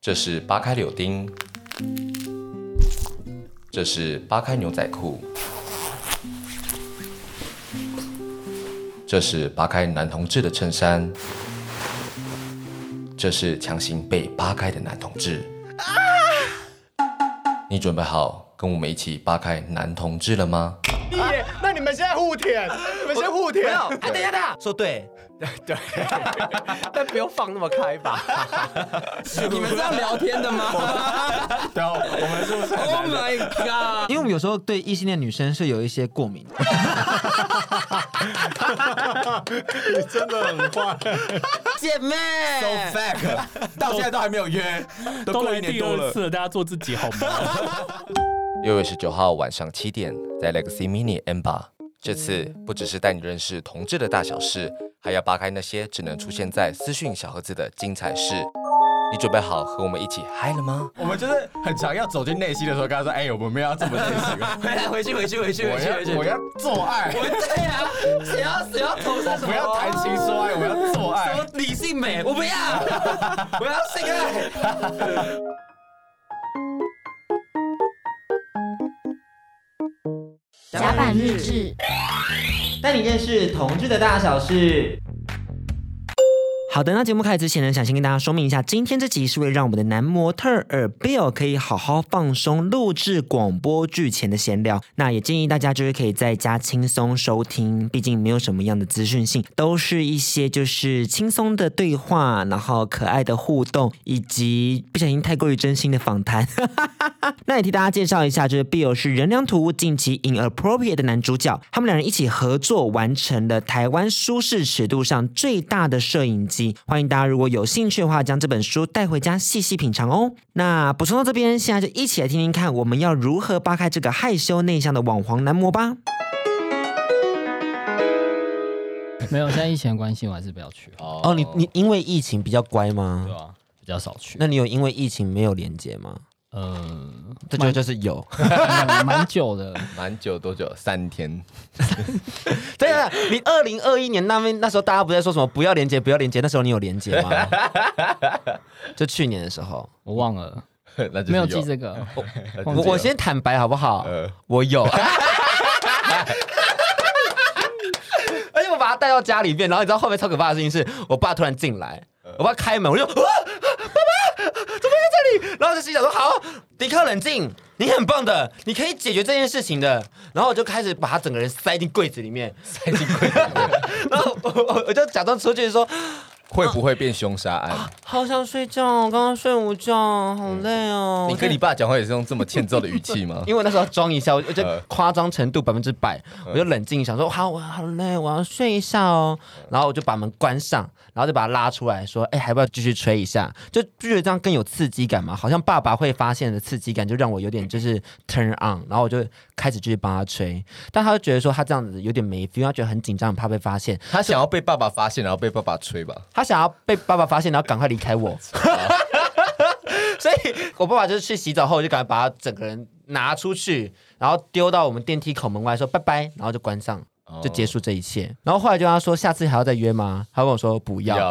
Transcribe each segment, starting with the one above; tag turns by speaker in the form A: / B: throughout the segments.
A: 这是八开柳丁，这是八开牛仔裤，这是八开男同志的衬衫，这是强行被扒开的男同志。你准备好跟我们一起扒开男同志了吗？
B: 那你们现在互舔，你们先互
C: 没
B: 舔
C: 有，。哎，等一下，等一下，说 对，
B: 对，
C: 但不用放那么开 吧。
D: 你们是要聊天的吗
B: 对啊，我们是不是很
D: ？Oh
B: 难？
D: my god！
E: 因为我们有时候对异性恋女生是有一些过敏的，
B: 你真的很坏。
D: 姐妹
C: So fact，到现在都还没有约，都
F: 都
C: 过
F: 来
C: 一年
F: 第
C: 多
F: 二
C: 了。
F: 次了，大家做自己好 吗？
A: 六月十九号晚上七点，在 Legacy Mini M Bar。这次不只是带你认识同志的大小事，还要扒开那些只能出现在私讯小盒子的精彩事。你准备好和我们一起嗨了吗？
B: 我们就是很常要走进内心的时候，跟他说：“哎，我们要这么内心，
C: 回来，回去，回去，回去，
B: 我
C: 回去，回去。
B: 要我要做 爱，
C: 对呀、啊，谁要谁要投射什
B: 我
C: 么？
B: 要谈情说爱，我要做
C: 什么
B: 爱。
C: 理性美，我不要，我要性爱。
G: 甲板日志。
D: 带你认识同志的大小事。好的，那节目开始之前呢，想先跟大家说明一下，今天这集是为了让我们的男模特儿 Bill 可以好好放松，录制广播剧前的闲聊。那也建议大家就是可以在家轻松收听，毕竟没有什么样的资讯性，都是一些就是轻松的对话，然后可爱的互动，以及不小心太过于真心的访谈。那也替大家介绍一下，就是 Bill 是人良图近期《Inappropriate》的男主角，他们两人一起合作完成了台湾舒适尺度上最大的摄影机。欢迎大家如果有兴趣的话，将这本书带回家细细品尝哦。那补充到这边，现在就一起来听听看，我们要如何扒开这个害羞内向的网黄男模吧。
H: 没有，现在疫情的关系，我还是不要去了，
D: 哦，你你因为疫情比较乖吗
H: 对？啊，比较少去。
D: 那你有因为疫情没有连接吗？
H: 呃，
D: 这就就是有。
H: 嗯蛮久的，
A: 蛮久多久？三天。
D: 对啊，你二零二一年那边那时候大家不是在说什么不要连接不要连接，那时候你有连接吗？就去年的时候，
H: 我忘了，
A: 那
H: 没有记这个。
D: 我
H: 忘记了呃
D: 我先坦白好不好？我有。而且我把他带到家里面，然后你知道后面超可怕的事情是，我爸突然进来，
H: 呃
D: 我爸开门，我就啊，爸爸怎么在这里？然后就心想说好，迪克冷静，你很棒的，你可以解决这件事情的。然后我就开始把他整个人塞进柜子里面，塞进柜子里面。 然后我我我就假装出去说，
A: 会不会变凶杀案？
D: 好想睡觉，我刚刚睡午觉，好累哦。
A: 你跟你爸讲话也是用这么欠揍的语气 吗？
D: 因为我那时候装一下，我我就夸张程度百分之百，我就冷静想说，好，我好累，我要睡一下哦。然后我就把门关上，然后就把他拉出来说，哎，还不要继续吹一下？就就觉得这样更有刺激感嘛，好像爸爸会发现的刺激感，就让我有点就是 turn on。然后我就开始继续帮他吹，但他就觉得说他这样子有点没 feel，他觉得很紧张，很怕被发现，
A: 他想要被爸爸发现，然后被爸爸吹吧。
D: 他想要被爸爸发现，然后赶快离开我。所以我爸爸就是去洗澡后，我就赶快把他整个人拿出去，然后丢到我们电梯口门外，说拜拜，然后就关上，就结束这一切。然后后来就跟他说，下次还要再约吗？他跟我说不要，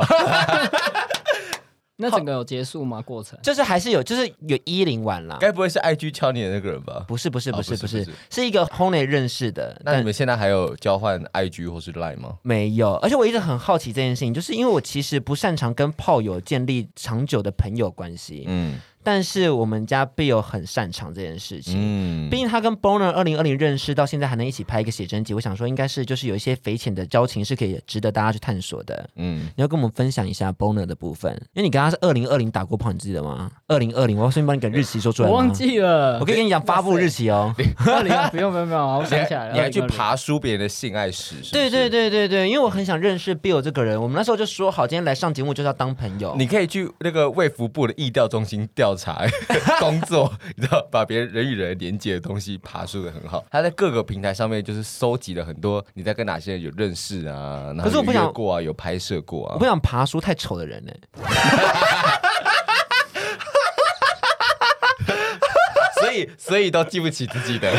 H: 那整个有结束吗？过程？
D: 就是还是有，就是有衣领晚啦。
A: 该不会是 IG 敲你的那个人吧？
D: 不是不是
A: 哦
D: 不是
A: 不
D: 不
A: 是
D: 是
A: 不是，
D: 是一个 h o n e 认识的，
A: 那
D: 但
A: 你们现在还有交换 IG 或是 Line 吗？
D: 没有，而且我一直很好奇这件事情，就是因为我其实不擅长跟炮友建立长久的朋友关系，
A: 嗯
D: 但是我们家 Bill 很擅长这件事情，
A: 嗯
D: 毕，竟他跟 Boner 二零二零认识到现在还能一起拍一个写真集，我想说应该是就是有一些匪浅的交情是可以值得大家去探索的。
A: 嗯，
D: 你要跟我们分享一下 Boner 的部分，因为你跟他是二零二零打过炮，你记得吗？二零二零，我要顺便帮你给日期说出来。
H: 我忘，记了
D: 我。可以跟你讲发布日期哦。
H: 二零不用不用不用，我想起来了。
A: 你还去
H: 2020？
A: 爬书别人的性爱史？是不是
D: 对对对对对，因为我很想认识 Bill 这个人，我们那时候就说好，今天来上节目就是要当朋友。
A: 你可以去那个卫福部的疫调中心调查 工作，你知道，把别人人与人连接的东西爬树的很好。他在各个平台上面就是搜集了很多你在跟哪些人有认识啊，然
D: 可
A: 后
D: 是我
A: 有
D: 不想
A: 约过啊，有拍摄过
D: 我
A: 啊
D: 不。想爬书太丑的人呢、
A: 所以所以都记不起自己的。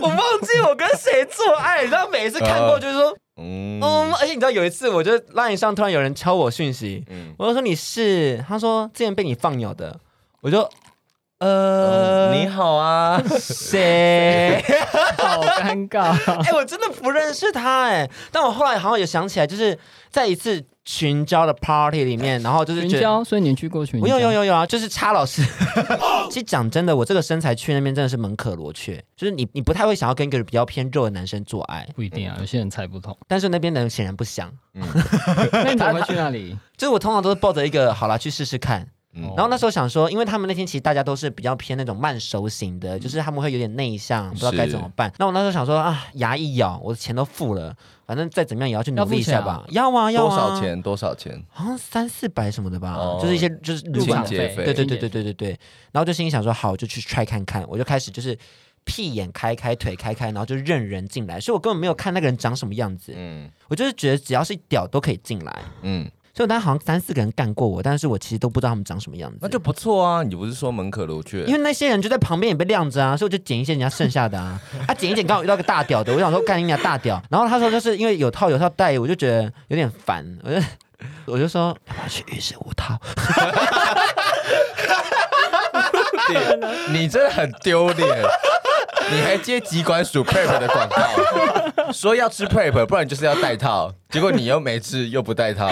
D: 我忘记我跟谁做爱，你知道每一次看过就是说，
B: 嗯
D: 嗯，而且你知道有一次，我就 line 上突然有人敲我讯息，
B: 嗯，
D: 我就说你是，他说之前被你放鸟的，我就呃，
B: 你好啊，
D: 谁？
H: 好 尴尬。
D: 哎、我真的不认识他哎、但我后来好像也想起来，就是在一次群交的 party 里 面，然后就是
H: 群
D: 觉得
H: 交，所以你去过群交？
D: 我有有有有啊，就是差老师。 其实讲真的，我这个身材去那边真的是门可罗雀，就是你你不太会想要跟一个比较偏肉的男生做爱，
H: 不一定啊，有些人猜不透。
D: 但是那边的人显然不想。
H: 那你怎么会去那里？
D: 就是我通常都是抱着一个好啦去试试看，
B: 嗯
D: 然后那时候想说，因为他们那天其实大家都是比较偏那种慢熟型的，
B: 嗯
D: 就是他们会有点内向，不知道该怎么办。那我那时候想说啊，牙一咬，我的钱都付了，反正再怎么样也要去努力一下吧。要啊要啊，
B: 多少？钱？多少钱？
D: 好像三四百什么的吧，
B: 哦
D: 就是一些就是入
H: 入
B: 清
D: 场
H: 场
B: 洁
H: 费
B: 费
D: 对对对对对对对。然后就心里想说，好，我就去 try 看看。我就开始就是屁眼开开，腿开开，然后就任人进来。所以我根本没有看那个人长什么样子，
B: 嗯
D: 我就是觉得只要是屌都可以进来。
B: 嗯，
D: 所以他好像三四个人干过我，但是我其实都不知道他们长什么样子。
B: 那就不错啊。你不是说门可罗雀？
D: 因为那些人就在旁边也被晾着啊，所以我就捡一些人家剩下 的啊，啊捡一捡，刚好遇到个大屌的，我想说干你俩大屌，然后他说就是因为有套有套带，我就觉得有点烦，我就我就说要不要去浴室无套，
B: 你真的很丢脸，你还接疾管署 Prep 的广告，说要吃 Prep，不然就是要戴套，结果你又没吃又不 戴套，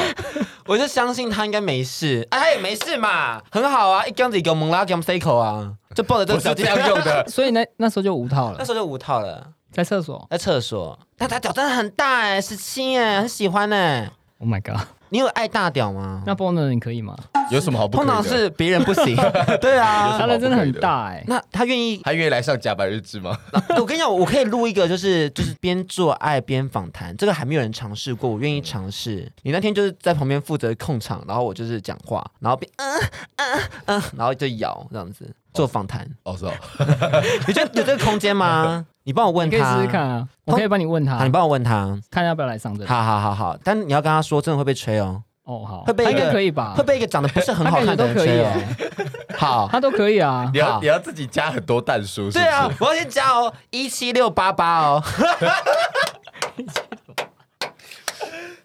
D: 我就相信他应该没事，哎、他也没事嘛，很好啊，一竿子一个蒙拉给我们 C 口啊，就抱着这
B: 不
D: 个
B: 是
D: 小
B: 这
D: 鸡
B: 样用的。
H: 所以那那时候就无套
D: 那
H: 了，
D: 时候就无套了，
H: 在厕所。
D: 在厕所，但他屌真的很大哎、十七哎，很喜欢哎、
H: Oh my god！
D: 你有爱大屌吗？
H: 那 Boner 你可以吗？
B: 有什么好不可
D: 通
B: 以的？
D: 常是别人 不行，对啊，
H: 他的真的很大哎。
D: 那他愿意
B: 还愿意来上甲板日志吗？
D: 我跟你讲，我可以录一个，就是就是边做爱边访谈，这个还没有人尝试过，我愿意尝试。你那天就是在旁边负责控场，然后我就是讲话，然后边嗯嗯嗯，然后就咬这样子做访谈。
B: 哦，是哦，
D: 你觉得有这个空间 吗？你帮我问
H: 你可以
D: 他，
H: 试试看啊，我可以帮你问
D: 好，你
H: 他，
D: 帮我问他。
H: 看要不要来上这里。
D: 好好好好，但你要跟他说，真的会被吹哦，
H: 哦，好，
D: 会被
H: 他应
D: 一
H: 该
D: 个
H: 可以吧？
D: 会被一个长得不是很好看的人
H: 他感觉都可以啊
D: 吹哦。 好，
H: 他都可以啊
B: 你。要你要自己加很多蛋叔，是不
D: 对
B: 是？
D: 啊，我要先加哦，一七六八八 哦。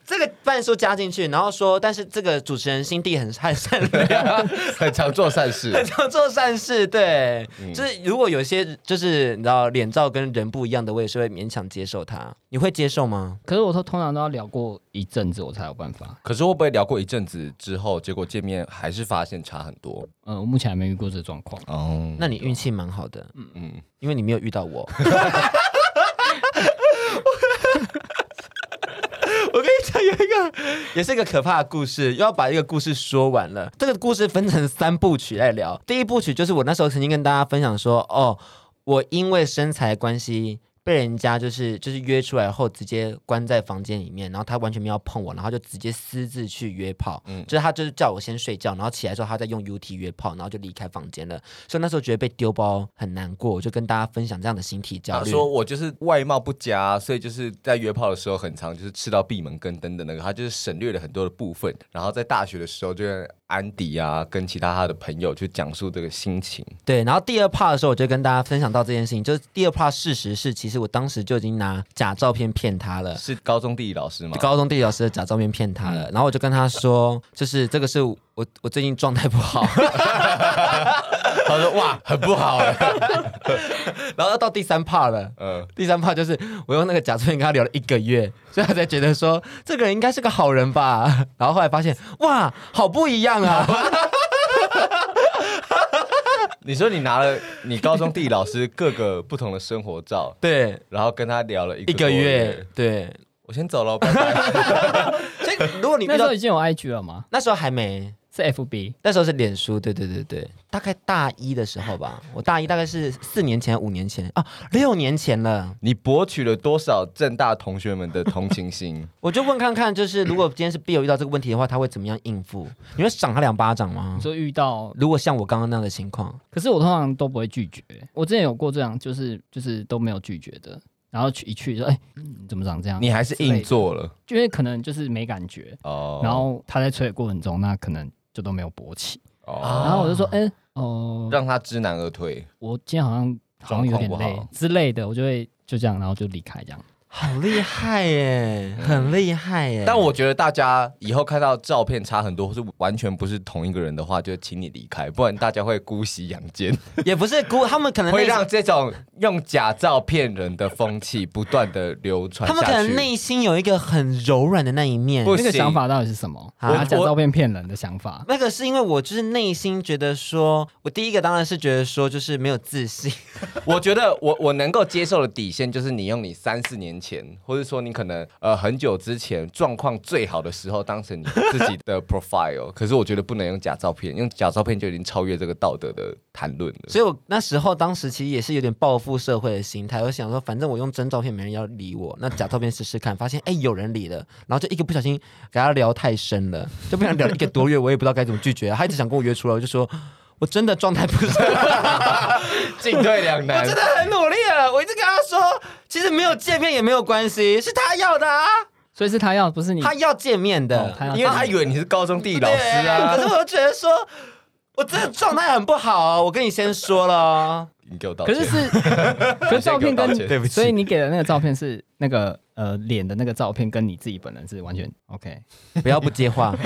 D: 这个半数加进去，然后说，但是这个主持人心地很很善良，
B: 很常做善事。
D: 常做善事。对，
H: 嗯
D: 就是如果有些就是你知道脸照跟人不一样的，我也是会勉强接受他。你会接受吗？
H: 可是我说通常都要聊过一阵子，我才有办法。
B: 可是会不会聊过一阵子之后，结果见面还是发现差很多？
H: 嗯，我目前还没遇过这状况。
B: 哦，
D: 那你运气蛮好的，嗯嗯，因为你没有遇到我。 我跟你讲，有一个也是一个可怕的故事，又要把一个故事说完了。这个故事分成三部曲来聊。第一部曲就是我那时候曾经跟大家分享说，哦，我因为身材关系被人家就是就是约出来后直接关在房间里面，然后他完全没有碰我，然后就直接私自去约炮。
B: 嗯
D: 就是他就是叫我先睡觉，然后起来之后他在用 UT 约炮，然后就离开房间了。所以那时候觉得被丢包很难过，我就跟大家分享这样的心体焦
B: 他
D: 虑。
B: 说我就是外貌不佳，所以就是在约炮的时候很常就是吃到闭门羹等等那个，他就是省略了很多的部分。然后在大学的时候，就跟安迪啊，跟其他他的朋友去讲述这个心情。
D: 对，然后第二 part 的时候，我就跟大家分享到这件事情，就是第二 part 事实是，其实我当时就已经拿假照片骗他 了。
B: 是啊高中地理老师吗？
D: 高中地理老师的假照片骗他了，然后我就跟他说，就是这个是我我最近状态不好，
B: 他说哇，很不好哎、
D: 然后要到第三 part 了，
B: 嗯，
D: 第三 part 就是我用那个假照片跟他聊了一个月，所以他才觉得说这个人应该是个好人吧，然后后来发现哇，好不一样啊，
B: 你说你拿了你高中地理老师各个不同的生活照，
D: 对，
B: 然后跟他聊了一个
D: 一个
B: 多
D: 月，，对，
B: 我先走了，拜 拜。
D: 所以如果你
H: 那
D: 遇
H: 时
D: 到
H: 候已经有 IG 了吗？
D: 那时候还没，
H: 是 FB，
D: 那时候是脸书，对对对对，大概大一的时候吧，我大一大概是四年前、五年前啊，六年前了。
B: 你博取了多少正大同学们的同情心？
D: 我就问看看，就是如果今天是 Bill 遇到这个问题的话，他会怎么样应付？你会赏他两巴掌吗
H: 你？说遇到，
D: 如果像我刚刚那样的情况，
H: 可是我通常都不会拒绝。我之前有过这样，就是就是都没有拒绝的，然后去一去就哎、你怎么长这样？
B: 你还是硬做了
H: 因为可能就是没感觉，
B: 哦
H: 然后他在吹的过程中，那可能就都没有勃起，
B: 哦，
H: 然后我就说，哎、哦、
B: 让他知难而退。
H: 我今天好像好像有点
B: 状况不
H: 累
B: 好
H: 之类的，我就会就这样，然后就离开这样。
D: 好厉害耶，很厉害耶！
B: 但我觉得大家以后看到照片差很多，或是完全不是同一个人的话，就请你离开，不然大家会姑息养奸，
D: 也不是估，他们可能
B: 会
D: 内
B: 让
D: 心，
B: 这种用假照骗人的风气不断的流传
D: 他们可
B: 下
D: 能
B: 去。
D: 内心有一个很柔软的那一面。
B: 不
H: 那个
B: 行
H: 想法到底是什么？
D: 啊
H: 拿假
D: 我
H: 照片骗人的想法。
D: 那个是因为我就是内心觉得说，我第一个当然是觉得说，就是没有自信。
B: 我觉得我我能够接受的底线就是你用你三四年前，或者说你可能呃很久之前状况最好的时候当成你自己的 profile，可是我觉得不能用假照片，用假照片就已经超越这个道德的谈论了。
D: 所以我那时候当时其实也是有点报复社会的心态，我想说，反正我用真照片没人要理我，那假照片试试看，发现哎有人理了，然后就一个不小心给他聊太深了，就不想聊了一个多月，我也不知道该怎么拒绝，他一直想跟我约出来，我就说。我真的状态不是，
B: 进退两难
D: 我真的很努力了。我一直跟他说，其实没有见面也没有关系，是他要的啊，
H: 所以是他要，不是你。
D: 他要见面的。
H: 哦他要
B: 因为他以为你是高中地理老师啊
D: 对。可是我又觉得说，我真的状态很不好、哦，我跟你先说了哦。
B: 你给我道
H: 可
B: 歉。
H: 是是，可是照片
B: 道
H: 跟
B: 歉对不起
H: 所以你给的那个照片是那个呃脸的那个照片，跟你自己本人是完全 OK，
D: 不要不接话，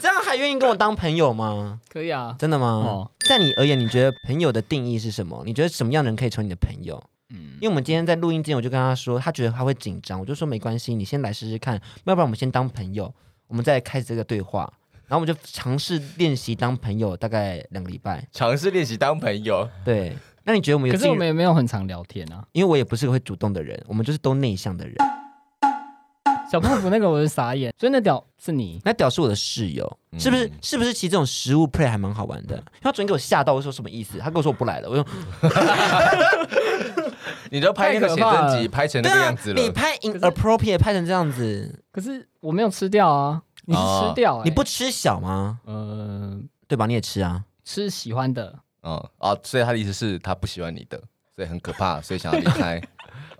D: 这样还愿意跟我当朋友吗？
H: 可以啊。
D: 真的吗？
H: 哦
D: 在你而言，你觉得朋友的定义是什么？你觉得什么样的人可以成为你的朋友？
H: 嗯
D: 因为我们今天在录音之前，我就跟他说，他觉得他会紧张，我就说没关系，你先来试试看，要不然我们先当朋友，我们再开始这个对话。然后我们就尝试练习当朋友，大概两个礼拜。
B: 尝试练习当朋友，
D: 对，那你觉得我们有
H: 可
D: 进
H: 是
D: 入？
H: 我们也没有很常聊天啊。
D: 因为我也不是个会主动的人，我们就是都内向的人。
H: 小泡芙那个我是傻眼，所以那屌是你。
D: 那屌是我的室友，
B: 嗯
D: 是不是？是不是？其实这种食物 play 还蛮好玩的。因为他昨天给我吓到，我说什么意思？他跟我说我不来了。我说
B: 嗯你都拍那个写
H: 太可怕了
B: 真集拍成那
D: 对
B: 个
D: 啊
B: 样子，
D: 你
B: 了，
D: 拍 inappropriate 拍成这样子，
H: 可是我没有吃掉啊，你是吃掉、
B: 哦
H: 欸
D: 你不吃小吗？
H: 呃
D: 对吧？你也吃啊？
H: 吃喜欢的，
B: 嗯啊，所以他的意思是他不喜欢你的，所以很可怕，所以想要离开。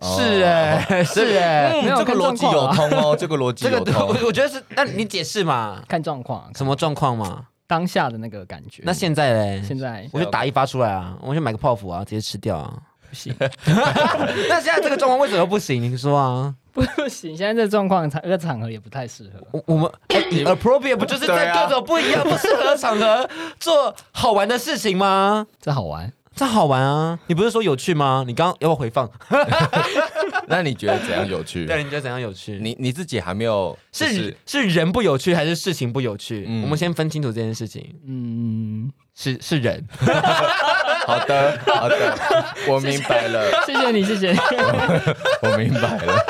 B: 哦
D: 哎、是哎、
B: 嗯
H: 没有
B: 这个
H: 看
B: 逻
H: 状
B: 辑
H: 况
B: 有
H: 啊
B: 通哦，这个逻辑
D: 这个
B: 有通。
D: 我我觉得是，那你解释嘛？
H: 看状况，
D: 什么状况嘛？
H: 当下的那个感
B: 嗯
H: 觉。
D: 那现在嘞？
H: 现在
D: 我就打一发出来啊！我就买个泡芙啊，直接吃掉啊！不行。那现在这个状况为什么不行？你说啊？
H: 不行，现在这状况场那个场合也不太适合。
D: 我我们 appropriate 不就是在各种不一样、不适合的场合做好玩的事情吗？
H: 这好玩，
D: 这好玩啊！你不是说有趣吗？你刚刚要不要回放？
B: 那你觉得怎样有趣？
D: 对，你觉得怎样有趣？
B: 你你自己还没有就是
D: 是人不有趣还是事情不有趣？
B: 嗯
D: 我们先分清楚这件事情。
H: 嗯，
D: 是是人，
B: 好的好的，我明白了，
H: 谢谢你，谢谢你。
B: 我明白了，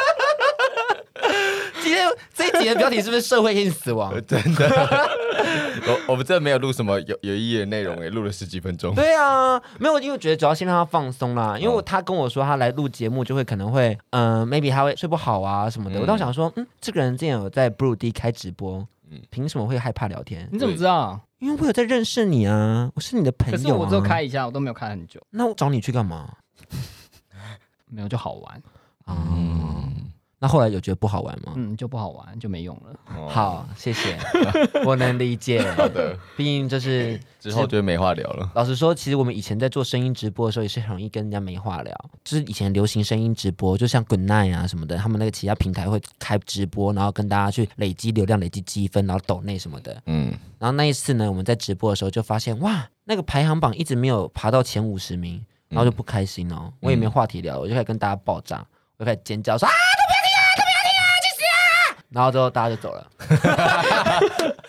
D: 今天这一集的标题是不是社会性死亡？
B: 真的。 我我们真的没有录什么有有意义的内容诶，录了十几分钟。
D: 对啊，没有，因为我觉得主要先让他放松
H: 嗯
D: 啦，因为我他跟我说他来录节目就会可能会，嗯、m a y b e 他会睡不好啊什么的。
B: 嗯
D: 我当时想说，嗯，这个人之前有在 b r u D 开直播，
H: 嗯
D: 凭什么会害怕聊天？
H: 你怎么知道？
D: 因为我有在认识你啊，我是你的朋
H: 可
D: 友、啊。
H: 是我只有开，一下，我都没有开很久，
D: 那我找你去干嘛？
H: 没有就好玩，
D: 啊、
B: 嗯，
D: 那后来有觉得不好玩吗？
H: 嗯，就不好玩，就没用了。
B: 哦，
D: 好，谢谢，我能理 解。
B: 好的，
D: 毕竟就是
B: 之后就没话聊了。
D: 老实说，其实我们以前在做声音直播的时候，也是很容易跟人家没话聊。就是以前流行声音直播，就像 Good Night 啊什么的，他们那个其他平台会开直播，然后跟大家去累积流量、累积积分，然后抖内什么的。
B: 嗯，
D: 然后那一次呢，我们在直播的时候就发现，哇，那个排行榜一直没有爬到前五十名，然后就不开心哦，我也没话题聊，我就开始跟大家爆炸，我就开始尖叫说啊，都不要听啊，都不要听啊，去死啊！然后之后大家就走了。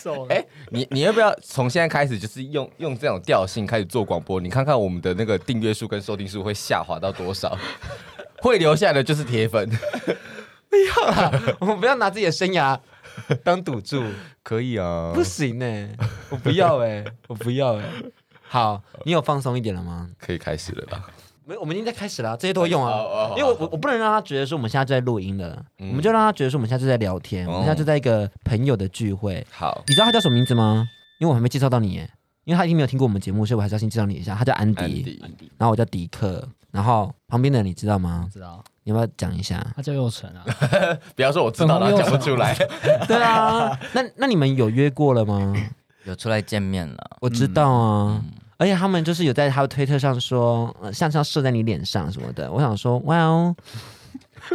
H: 走了
B: 哎、你你要不要从现在开始，就是用用这种调性开始做广播？你看看我们的那个订阅数跟收听数会下滑到多 少？会留下来的就是铁粉，
D: 我们不要拿自己的生涯当赌注，
B: 可以啊
D: 不行呢、欸我不要 哎、我不要哎、好，你有放松一点了吗？
B: 可以开始了吧？
D: 没，我们已经在开始了啊，这些都会用
B: 哦哦
D: 啊
B: 好，嗯
D: 因为我我我不能让他觉得说我们现在就在录音了，我们就让他觉得说我们现在就在聊天，
B: 哦
D: 我们现在就在一个朋友的聚会。
B: 好，
D: 你知道他叫什么名字吗？因为我还没介绍到你耶，因为他一定没有听过我们节目，所以我还是要先介绍你一下。他叫安迪，
B: 安迪，
D: 然后我叫迪克，然后旁边的你知道吗
H: 不？知道，？
D: 你要不要讲一下
H: 他叫佑成 啊，
B: 不要说我知道了，
H: 粉红
B: 讲
H: 又
B: 不出来。
D: 对
H: 啊
D: 啊，那那你们有约过了吗？
A: 有出来见面了，
I: 嗯
D: 我知道啊，而且他们就是有在他的推特上说，呃、像是要射在你脸上什么的。我想说，哇哦，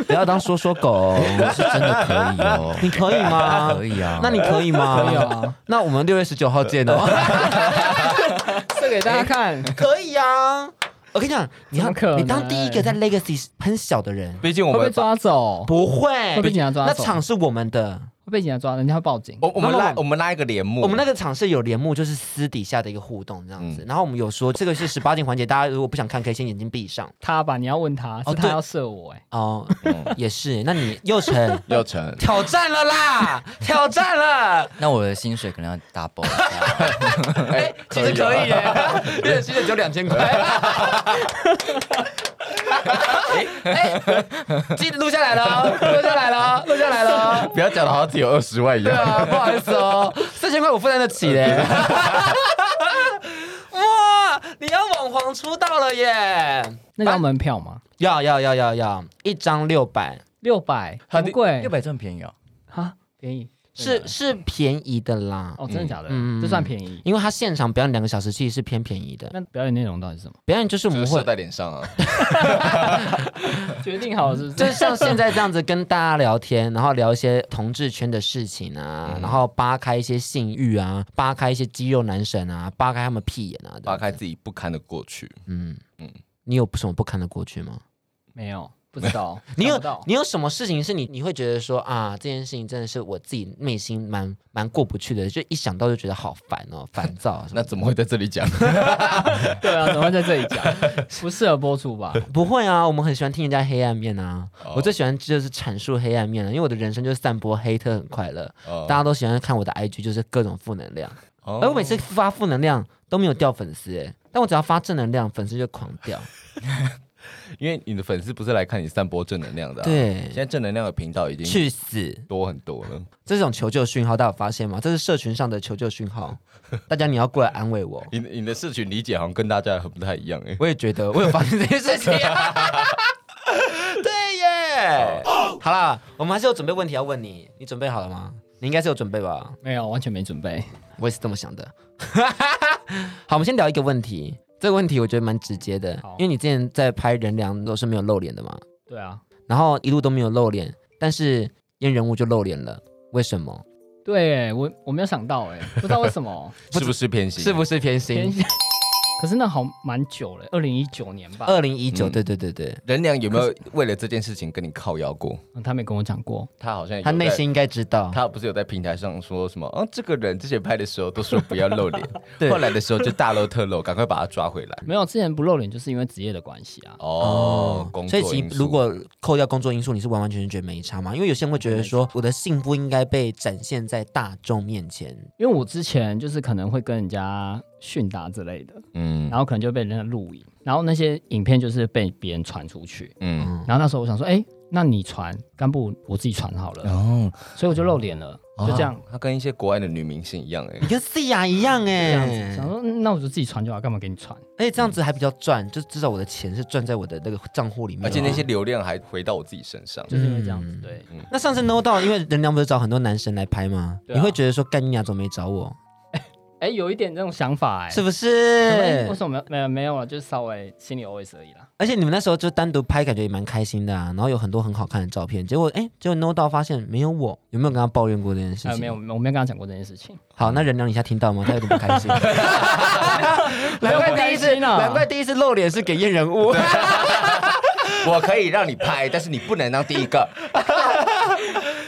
D: 不要当说说狗哦、，
I: 我 是真的可以哦
D: 你可以吗？
I: 可以啊。
D: 那你可以吗？
H: 可以啊，
D: 那我们六月十九号见哦。
H: 射给大家看，
D: 可以啊，我跟你讲，你要
H: 怎么可能
D: 你当第一个在 Legacy 喷小的人，
B: 毕竟我
H: 会被
B: 们
H: 抓走，
D: 不会
H: 会被警察抓
D: 那
H: 走
D: 场是我们的，
H: 会被警察抓，人家会报警。
B: 我我们
D: 那么
B: 拉我们拉一个帘幕，
D: 我们那个场是有帘幕，就是私底下的一个互动这样子。然后我们有说这个是十八禁环节，大家如果不想看，可以先眼睛闭上。
H: 他吧，你要问他，
D: 哦
H: 是他
D: 对
H: 要射我哎、
D: 哦，也是。那你佑成
B: 又成
D: 挑战了 啦，挑战了，
I: 那我的薪水可能要 double 一 下。啊
D: 哎，其实可以耶，月薪水只有两 千块。哎，记得录下来了哦，录下来了哦，录下来了哦。
J: 不要讲的好像只有二十万一
D: 对
J: 样。
D: 啊，不好意思哦，四千块我负担得起嘞。 哇，你要网黄出道了耶！
H: 那个要门票吗？
D: 要要要要要，一张六百，
H: 六百，很贵，
I: 六百这么便宜哦？
H: 哈，便宜啊
D: 是是便宜的啦，
H: 哦，真的假的？
D: 嗯
H: 这算便宜？
D: 因为他现场表演两个小时，其实是偏便宜的。
H: 那表演内容到底是什么？
D: 表演就是我
B: 就是
D: 们
B: 射
D: 会，
B: 在脸上啊，
H: 决定好了是不是？
D: 就是像现在这样子跟大家聊天，然后聊一些同志圈的事情啊，然后扒开一些性欲啊，扒开一些肌肉男神啊，扒开他们屁眼啊。
B: 扒
D: 对
B: 开自己不堪的过去。
D: 嗯
B: 嗯
D: 嗯，你有什么不堪的过去吗？，
H: 没有，不知道
D: 你
H: 想
D: 有
H: 不到
D: 你有什么事情是你你会觉得说啊，这件事情真的是我自己内心蛮蛮过不去的，就一想到就觉得好烦哦，烦躁什么
B: 那
D: 的。
B: 怎么会在这里讲？
H: 对啊，怎么会在这里讲？不适合播出吧？
D: 不会啊，我们很喜欢听人家黑暗面啊。
B: 哦
D: 我最喜欢就是阐述黑暗面了，因为我的人生就是散播黑特很快乐，
B: 哦
D: 大家都喜欢看我的 IG，就是各种负能量。
B: 哦
D: 而我每次发负能量都没有掉粉丝、欸，但我只要发正能量，粉丝就狂掉。
B: 哦因为你的粉丝不是来看你散播正能量的、啊，，
D: 对
B: 现，在正能量的频道已经
D: 去死！
B: 多很多了。
D: 这种求救讯号，大家有发现吗？这是社群上的求救讯号，大家你要过来安慰我。
B: 你的你的社群理解好像跟大家很不太一样哎、
D: 我也觉得，我有发现这件事 情、对耶。好啦，我们还是有准备问题要问你，你准备好了吗？你应该是有准备吧？
H: 没有，完全没准备。
D: 我也是这么想的。 好，我们先聊一个问题。这个问题我觉得蛮直接的
H: 好，
D: 因为你之前在拍《人梁》都是没有露脸的嘛，
H: 对啊，
D: 然后一路都没有露脸，但是演人物就露脸了，为什么？
H: 对我我没有想到哎、不知道为什么
B: 是不是偏心？啊
D: 是不是偏
H: 偏
D: 心？
H: 向。可是那好蛮久了，二零一九年吧。
D: 二零一九，
B: 嗯
D: 对对对对，
B: 人娘有没有为了这件事情跟你靠腰过？
H: 嗯他没跟我讲过，
B: 他好像有
D: 他内
B: 在
D: 心应该知道。
B: 他不是有在平台上说什么？啊，这个人之前拍的时候都说不要露脸，
D: 对
B: 后来的时候就大露特露，赶快把他抓回来。
H: 没有之前不露脸就是因为职业的关系啊。
B: 哦，工
D: 所
B: 作
D: 以其
B: 因
D: 实
B: 素
D: 如果扣掉工作因素，你是完完全全觉得没差吗？因为有些人会觉得
B: 嗯
D: 说，我的性不应该被展现在大众面前。
H: 因为我之前就是可能会跟人家训打之类的，
B: 嗯
H: 然后可能就被人家录影，然后那些影片就是被别人传出去，
B: 嗯，
H: 然后那时候我想说，哎、那你传，干不我自己传好 了，
B: 哦，
H: 所以我就露脸了，就这样。
D: 哦
B: 啊，他跟一些国外的女明星一样哎
D: 你。跟思雅一样
H: 这样
D: 哎、
H: 子，
D: 欸
H: 想，说嗯那我就自己传就好，干嘛给你传？
D: 而且这样子还比较赚，就至少我的钱是赚在我的那个账户里面。
B: 而且那些流量还回到我自己身上，
H: 就是因为这样
D: 嗯
H: 子，对，
D: 哦那上次
B: 嗯
D: No 到，因为人梁不是找很多男神来拍吗？
H: 对啊
D: 你会觉得说干你俩怎么没找我？
H: 哎，有一点这种想法，哎，
D: 是不
H: 可能为
D: 是？
H: 什么没有没有了？啊就是稍微心里 always 而已啦。
D: 而且你们那时候就单独拍，感觉也蛮开心的啊。然后有很多很好看的照片，结果哎，结果 No 到发现没有我，有没有跟他抱怨过这件事
H: 哎，
B: 啊
D: 情？
H: 没有，。我没有跟他讲过这件事情。
D: 好，那人梁你现在听到吗？他有点不开心。
H: 难怪
D: 第一次，难怪第一次露脸是给验人物。
B: 我可以让你拍，但是你不能当第一个。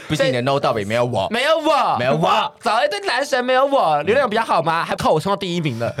B: 毕竟你的 no 到底没有我，
D: 没有我，
B: 没有我。
D: 找一堆男神，没有我，流量比较好吗？还靠我冲到第一名了。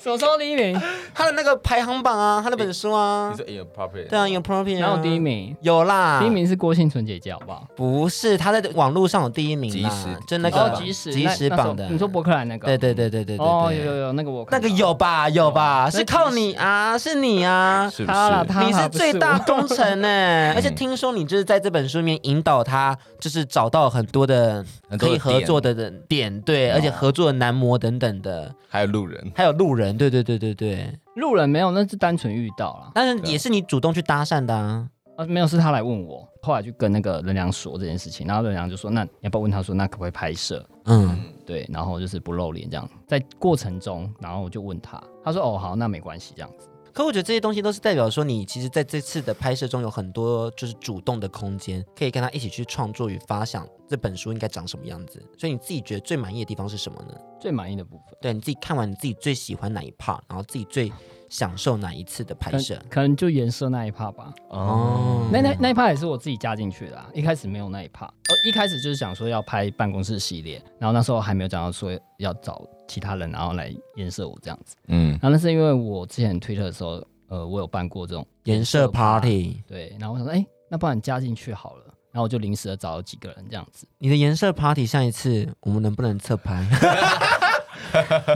H: 什么时候第一名？
D: 他的那个排行榜啊，他那本书啊
B: 你，说 inappropriate？
D: 对啊，inappropriate。
H: 然后第一，名，
D: 有啦，
H: 第一名是郭姓纯姐姐，好不好？
D: 不是他在网络上有第一名啦，
B: 即时
D: 就那
B: 哦
D: 个
H: 即时
D: 即时
H: 那那时候
D: 榜的。
H: 你说伯克兰那个？
D: 对对对对对对，
H: 哦，
D: 对
H: 有有有，那个我
D: 那
H: 看
D: 个
H: 到
D: 有吧有吧，
H: 有
D: 是靠你啊，是你啊。
B: 是不
H: 他啦，
B: 是？
H: 他
D: 你
H: 啦
D: 是最大，
H: 不是我
D: 功臣呢、 而且听说你就是在这本书里面引导他，就是找到很多的
B: 很多
D: 可
B: 的
D: 以合
B: 点啊
D: 作的人点，对，而且合作的男模等等的，
B: 还有路人，
D: 还有路人，对对对对对，
H: 路人没有，那是单纯遇到了。
D: 但是也是你主动去搭讪的啊，
H: 啊，没有，是他来问我。后来就跟那个仁良说这件事情，然后仁良就说：“那你要不要问他说，那可不可以拍摄
D: 嗯，？”
H: 对，然后就是不露脸这样。在过程中，然后我就问他，他说：“哦，好，那没关系这样子。
D: 可我觉得这些东西都是代表说，你其实在这次的拍摄中有很多就是主动的空间，可以跟他一起去创作与发想这本书应该长什么样子。所以你自己觉得最满意的地方是什么呢？”
H: 最满意的部分，
D: 对，啊你自己看完你自己最喜欢哪一 part，然后自己最享受哪一次的拍
H: 可
D: 摄
H: 能？可能就颜色那一趴吧。
D: 哦，
H: 那那那一趴也是我自己加进去的、啊，一开始没有那一趴，呃，一开始就是想说要拍办公室系列，然后那时候还没有讲到说要找其他人，然后来颜色我这样子。
B: 嗯，
H: 然后那是因为我之前推特的时候，呃，我有办过这种
D: 颜色 party，
H: 对，然后我想说，哎、那不然加进去好了。然后我就临时的找了几个人这样子，
D: 你的颜色 party 上一次我们能不能侧 拍？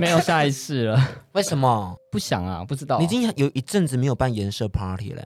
H: 没有下一次了，
D: 为什么？
H: 不想啊，不知道啊、
D: 你已经有一阵子没有办颜色 party 了。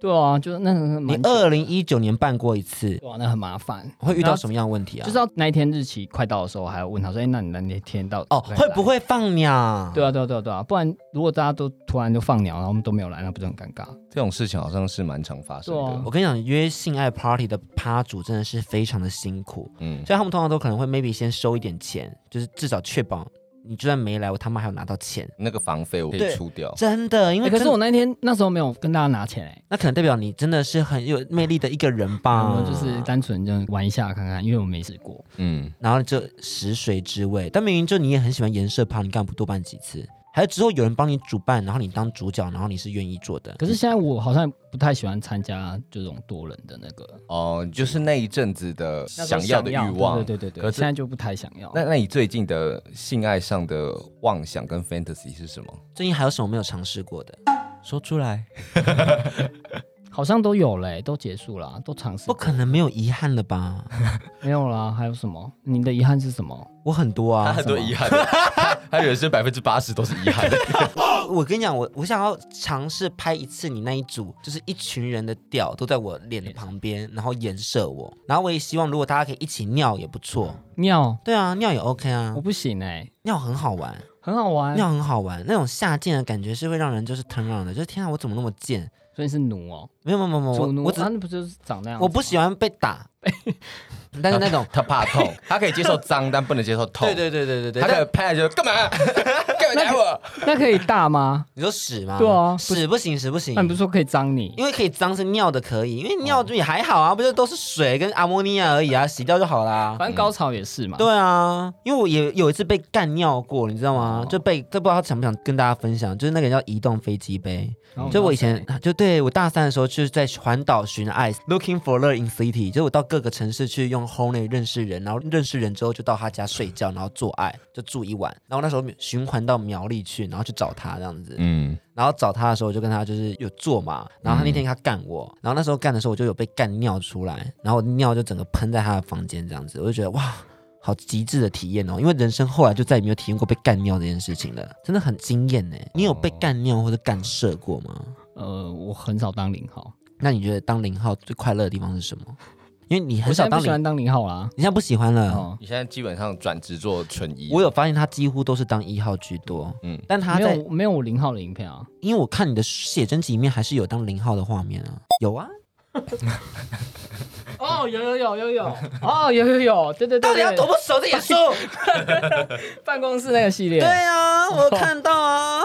H: 对啊，就是那很
D: 你
H: 蛮久
D: 二零一九年办过一次，
H: 对啊，那很麻烦，
D: 会遇到什
H: 么？
D: 么样的问题啊？
H: 就是要那一天日期快到的时候，还要问他说，哎、那你那天到
D: 哦，
H: 可以
D: 会
H: 来
D: 不会放鸟？
H: 对啊，对啊，对啊，对啊，不然如果大家都突然就放鸟，然后我们都没有来，那不是很尴尬？
B: 这种事情好像是蛮常发生
H: 对啊
B: 的。
D: 我跟你讲，约性爱 party 的趴主真的是非常的辛苦，
B: 嗯，
D: 所以他们通常都可能会 maybe 先收一点钱，就是至少确保你就算没来，我他妈还有拿到钱。
B: 那个房费我可
D: 对
B: 以出掉。
D: 真的，因为
H: 欸可
D: 真
H: 是我那天那时候没有跟大家拿钱哎、
D: 那可能代表你真的是很有魅力的一个人
H: 欸，
D: 吧
H: 我？就是单纯就玩一下看看，因为我没试过，
B: 嗯，
D: 然后就食髓知味。但明明就你也很喜欢颜色趴，你干嘛不多办几次？还有之后有人帮你主办，然后你当主角，然后你是愿意做的。
H: 可是现在我好像不太喜欢参加这种多人的那个
B: 哦，就是那一阵子的
H: 那时候
B: 想要的欲望。
H: 对对对对
B: 可
H: 对，
B: 是
H: 现在就不太想要。
B: 那那你最近的性爱上的妄想跟 fantasy 是什么？
D: 最近还有什么没有尝试过的？说出来，
H: 好像都有嘞、都结束了，都尝试
D: 不
H: 过
D: 可能没有遗憾了 吧？
H: 没有啦。还有什么？你的遗憾是什么？
D: 我很多啊，
A: 很多遗憾 的，他他人生百分之八十都是遗憾的。
D: 我跟你讲，我我想要尝试拍一次你那一组，就是一群人的屌都在我脸的旁边，然后颜射我，然后我也希望如果大家可以一起尿也不错。
H: 尿？
D: 对啊，尿也 OK 啊
H: 我，不行哎、
D: 尿很好玩，
H: 很好玩。
D: 尿很好玩，那种下贱的感觉是会让人就是 turn on 的，就是天啊，我怎么那么贱？
H: 所以是奴哦、
D: 没有没有没有，没有
H: 主奴。
D: 我我只
H: 啊那不就是长那样子吗？
D: 我不喜欢被打， 但是那
B: 哦
D: 种
A: 他怕痛，他可以 接受脏，但不能接受痛。
D: 对对对对对对，
A: 他可
D: 但
A: 以拍就干嘛干嘛打我？
H: 那可以大 吗？
D: 你说屎吗？
H: 对啊不
D: 屎不行，屎不行
H: 那。你不是哦说可以脏你？
D: 因为可以脏是尿的可以，因为尿也还好啊，不就都是水跟阿莫尼亚而已 啊，洗掉就好啦。
H: 反正高潮也是嘛。
D: 对啊，因为我也有一次被干尿过，你知道吗？
H: 哦
D: 就被这不知道他想不想跟大家分享，就是那个叫移动飞机杯。
H: 然后
D: 就我
H: 拿
D: 以前就对我大三的时候，就是在环岛寻爱，looking for love in city，就是我到各个城市去用 h o l e 认识人，然后认识人之后就到他家睡觉，然后做爱，就住一晚。然后那时候循环到苗栗去，然后去找他这样子。
B: 嗯，
D: 然后找他的时候，我就跟他就是有做嘛，然后他那天他干我，然后那时候干的时候，我就有被干尿出来，然后我尿就整个喷在他的房间这样子，我就觉得哇，好极致的体验哦，因为人生后来就再也没有体验过被干尿这件事情了，真的很惊艳呢。你有被干尿或者干射过吗？
H: 呃，我很少当零号，
D: 那你觉得当零号最快乐的地方是什么？因为你
H: 我
D: 很
H: 现
D: 少
H: 在
D: 当
H: 不喜
D: 零，
H: 欢当零号啦。
D: 你现在不喜欢了。
H: 哦，
B: 你现在基本上转职做纯一，
D: 我有发现他几乎都是当一号居多，嗯
B: 嗯，
D: 但他
H: 没
D: 在
H: 有没有我零号的 影片啊，
D: 因为我看你的写真集里面还是有当零号的画面啊，有啊，
H: 哦，有有有有有，哦有有有，对对对，
D: 到底要多不熟这演说？
H: 办公室那个系列，
D: 对啊，我有看到啊，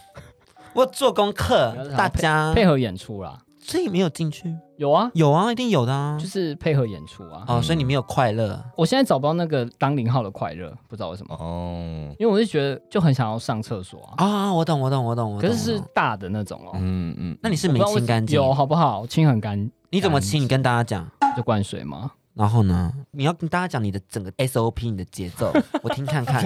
D: 我做功课
H: 你要，
D: 大家
H: 配合演出啦，
D: 所以没有进去，
H: 有啊，
D: 有啊，一定有的啊
H: 就。是配合演出啊。
D: 哦，所以你没有快乐，
H: 我现在找不到那个当零号的快乐，不知道为什么，
B: 哦，
H: 因为我是觉得就很想要上厕所啊，
D: 啊，我懂，我懂，我懂，我
H: 可
D: 懂。
H: 是是
D: 我懂
H: 大的那种哦，
B: 嗯嗯，
D: 那你是
H: 我不
D: 没
H: 知道为什
D: 清干净，
H: 有好不好？清很干
D: 你怎么清？你跟大家讲。
H: 就灌水吗？
D: 然后呢，你要跟大家讲你的整个 SOP，你的节奏，我听看看，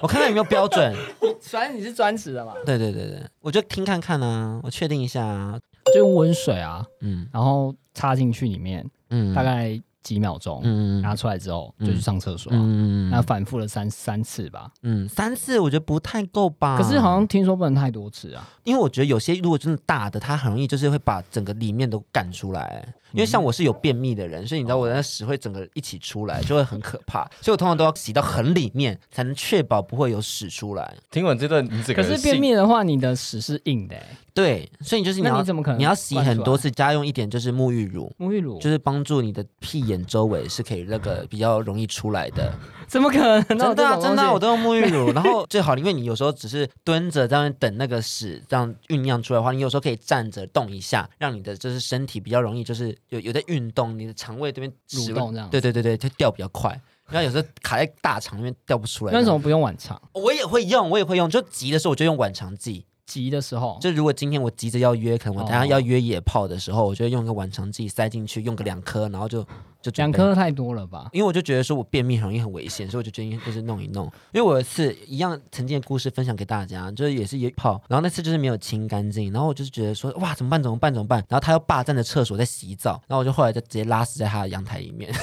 D: 我看看有没有标准。
H: 反正你是专职的嘛，
D: 对对对对，我就听看看啊，我确定一下啊。
H: 就用温水啊，
D: 嗯
H: 然后插进去里面，
D: 嗯，
H: 大概几秒钟，
D: 嗯
H: 拿出来之后就去上厕所啊、
D: 嗯
H: 那反复了三三次吧。
D: 嗯，三次我觉得不太够吧。
H: 可是好像听说不能太多次啊，
D: 因为我觉得有些如果真的大的，它很容易就是会把整个里面都赶出来。因为像我是有便秘的人，所以你知道我的那屎会整个一起出来，就会很可怕。所以我通常都要洗到很里面，才能确保不会有屎出来。
A: 听完这段，你整个
H: 可是
A: 人
H: 便
A: 信
H: 秘的话，你的屎是硬的、欸，
D: 对，所以就是你
H: 那
D: 要
H: 你怎么可能
D: 你要洗
H: 灌出
D: 很多
H: 来
D: 次，加用一点就是沐浴乳，
H: 沐浴乳
D: 就是帮助你的屁眼周围是可以那 个比较容易出来的。
H: 怎么可能？真
D: 真的啊，真的啊、我
H: 都
D: 都用沐浴乳， 然后最好，因为你有时候只是蹲着这样等那个屎这样酝酿出来的话，你有时候可以站着动一下，让你的就是身体比较容易就是有有在运动，你的肠胃这边屎
H: 蠕
D: 会
H: 动这样
D: 对对对对，它掉比较快。然后有时候卡在大肠里面掉不出来，
H: 那为什么不用晚肠？
D: 我也会用，我也会用，就急的时候我就用晚肠剂。
H: 急的时候
D: 就如果今天我急着要约，可能我等下
H: 哦
D: 要约野炮的时候，我就会用一个晚肠剂塞进去，用个两颗，然后就就准
H: 两
D: 备
H: 颗太多了吧？
D: 因为我就觉得说我便秘很容易很危险，所以我就决定就是弄一弄。因为我有一次一样曾经的故事分享给大家，就是也是约炮，然后那次就是没有清干净，然后我就是觉得说哇怎么办怎么办怎么办，然后他又霸占着厕所在洗澡，然后我就后来就直接拉屎在他的阳台里面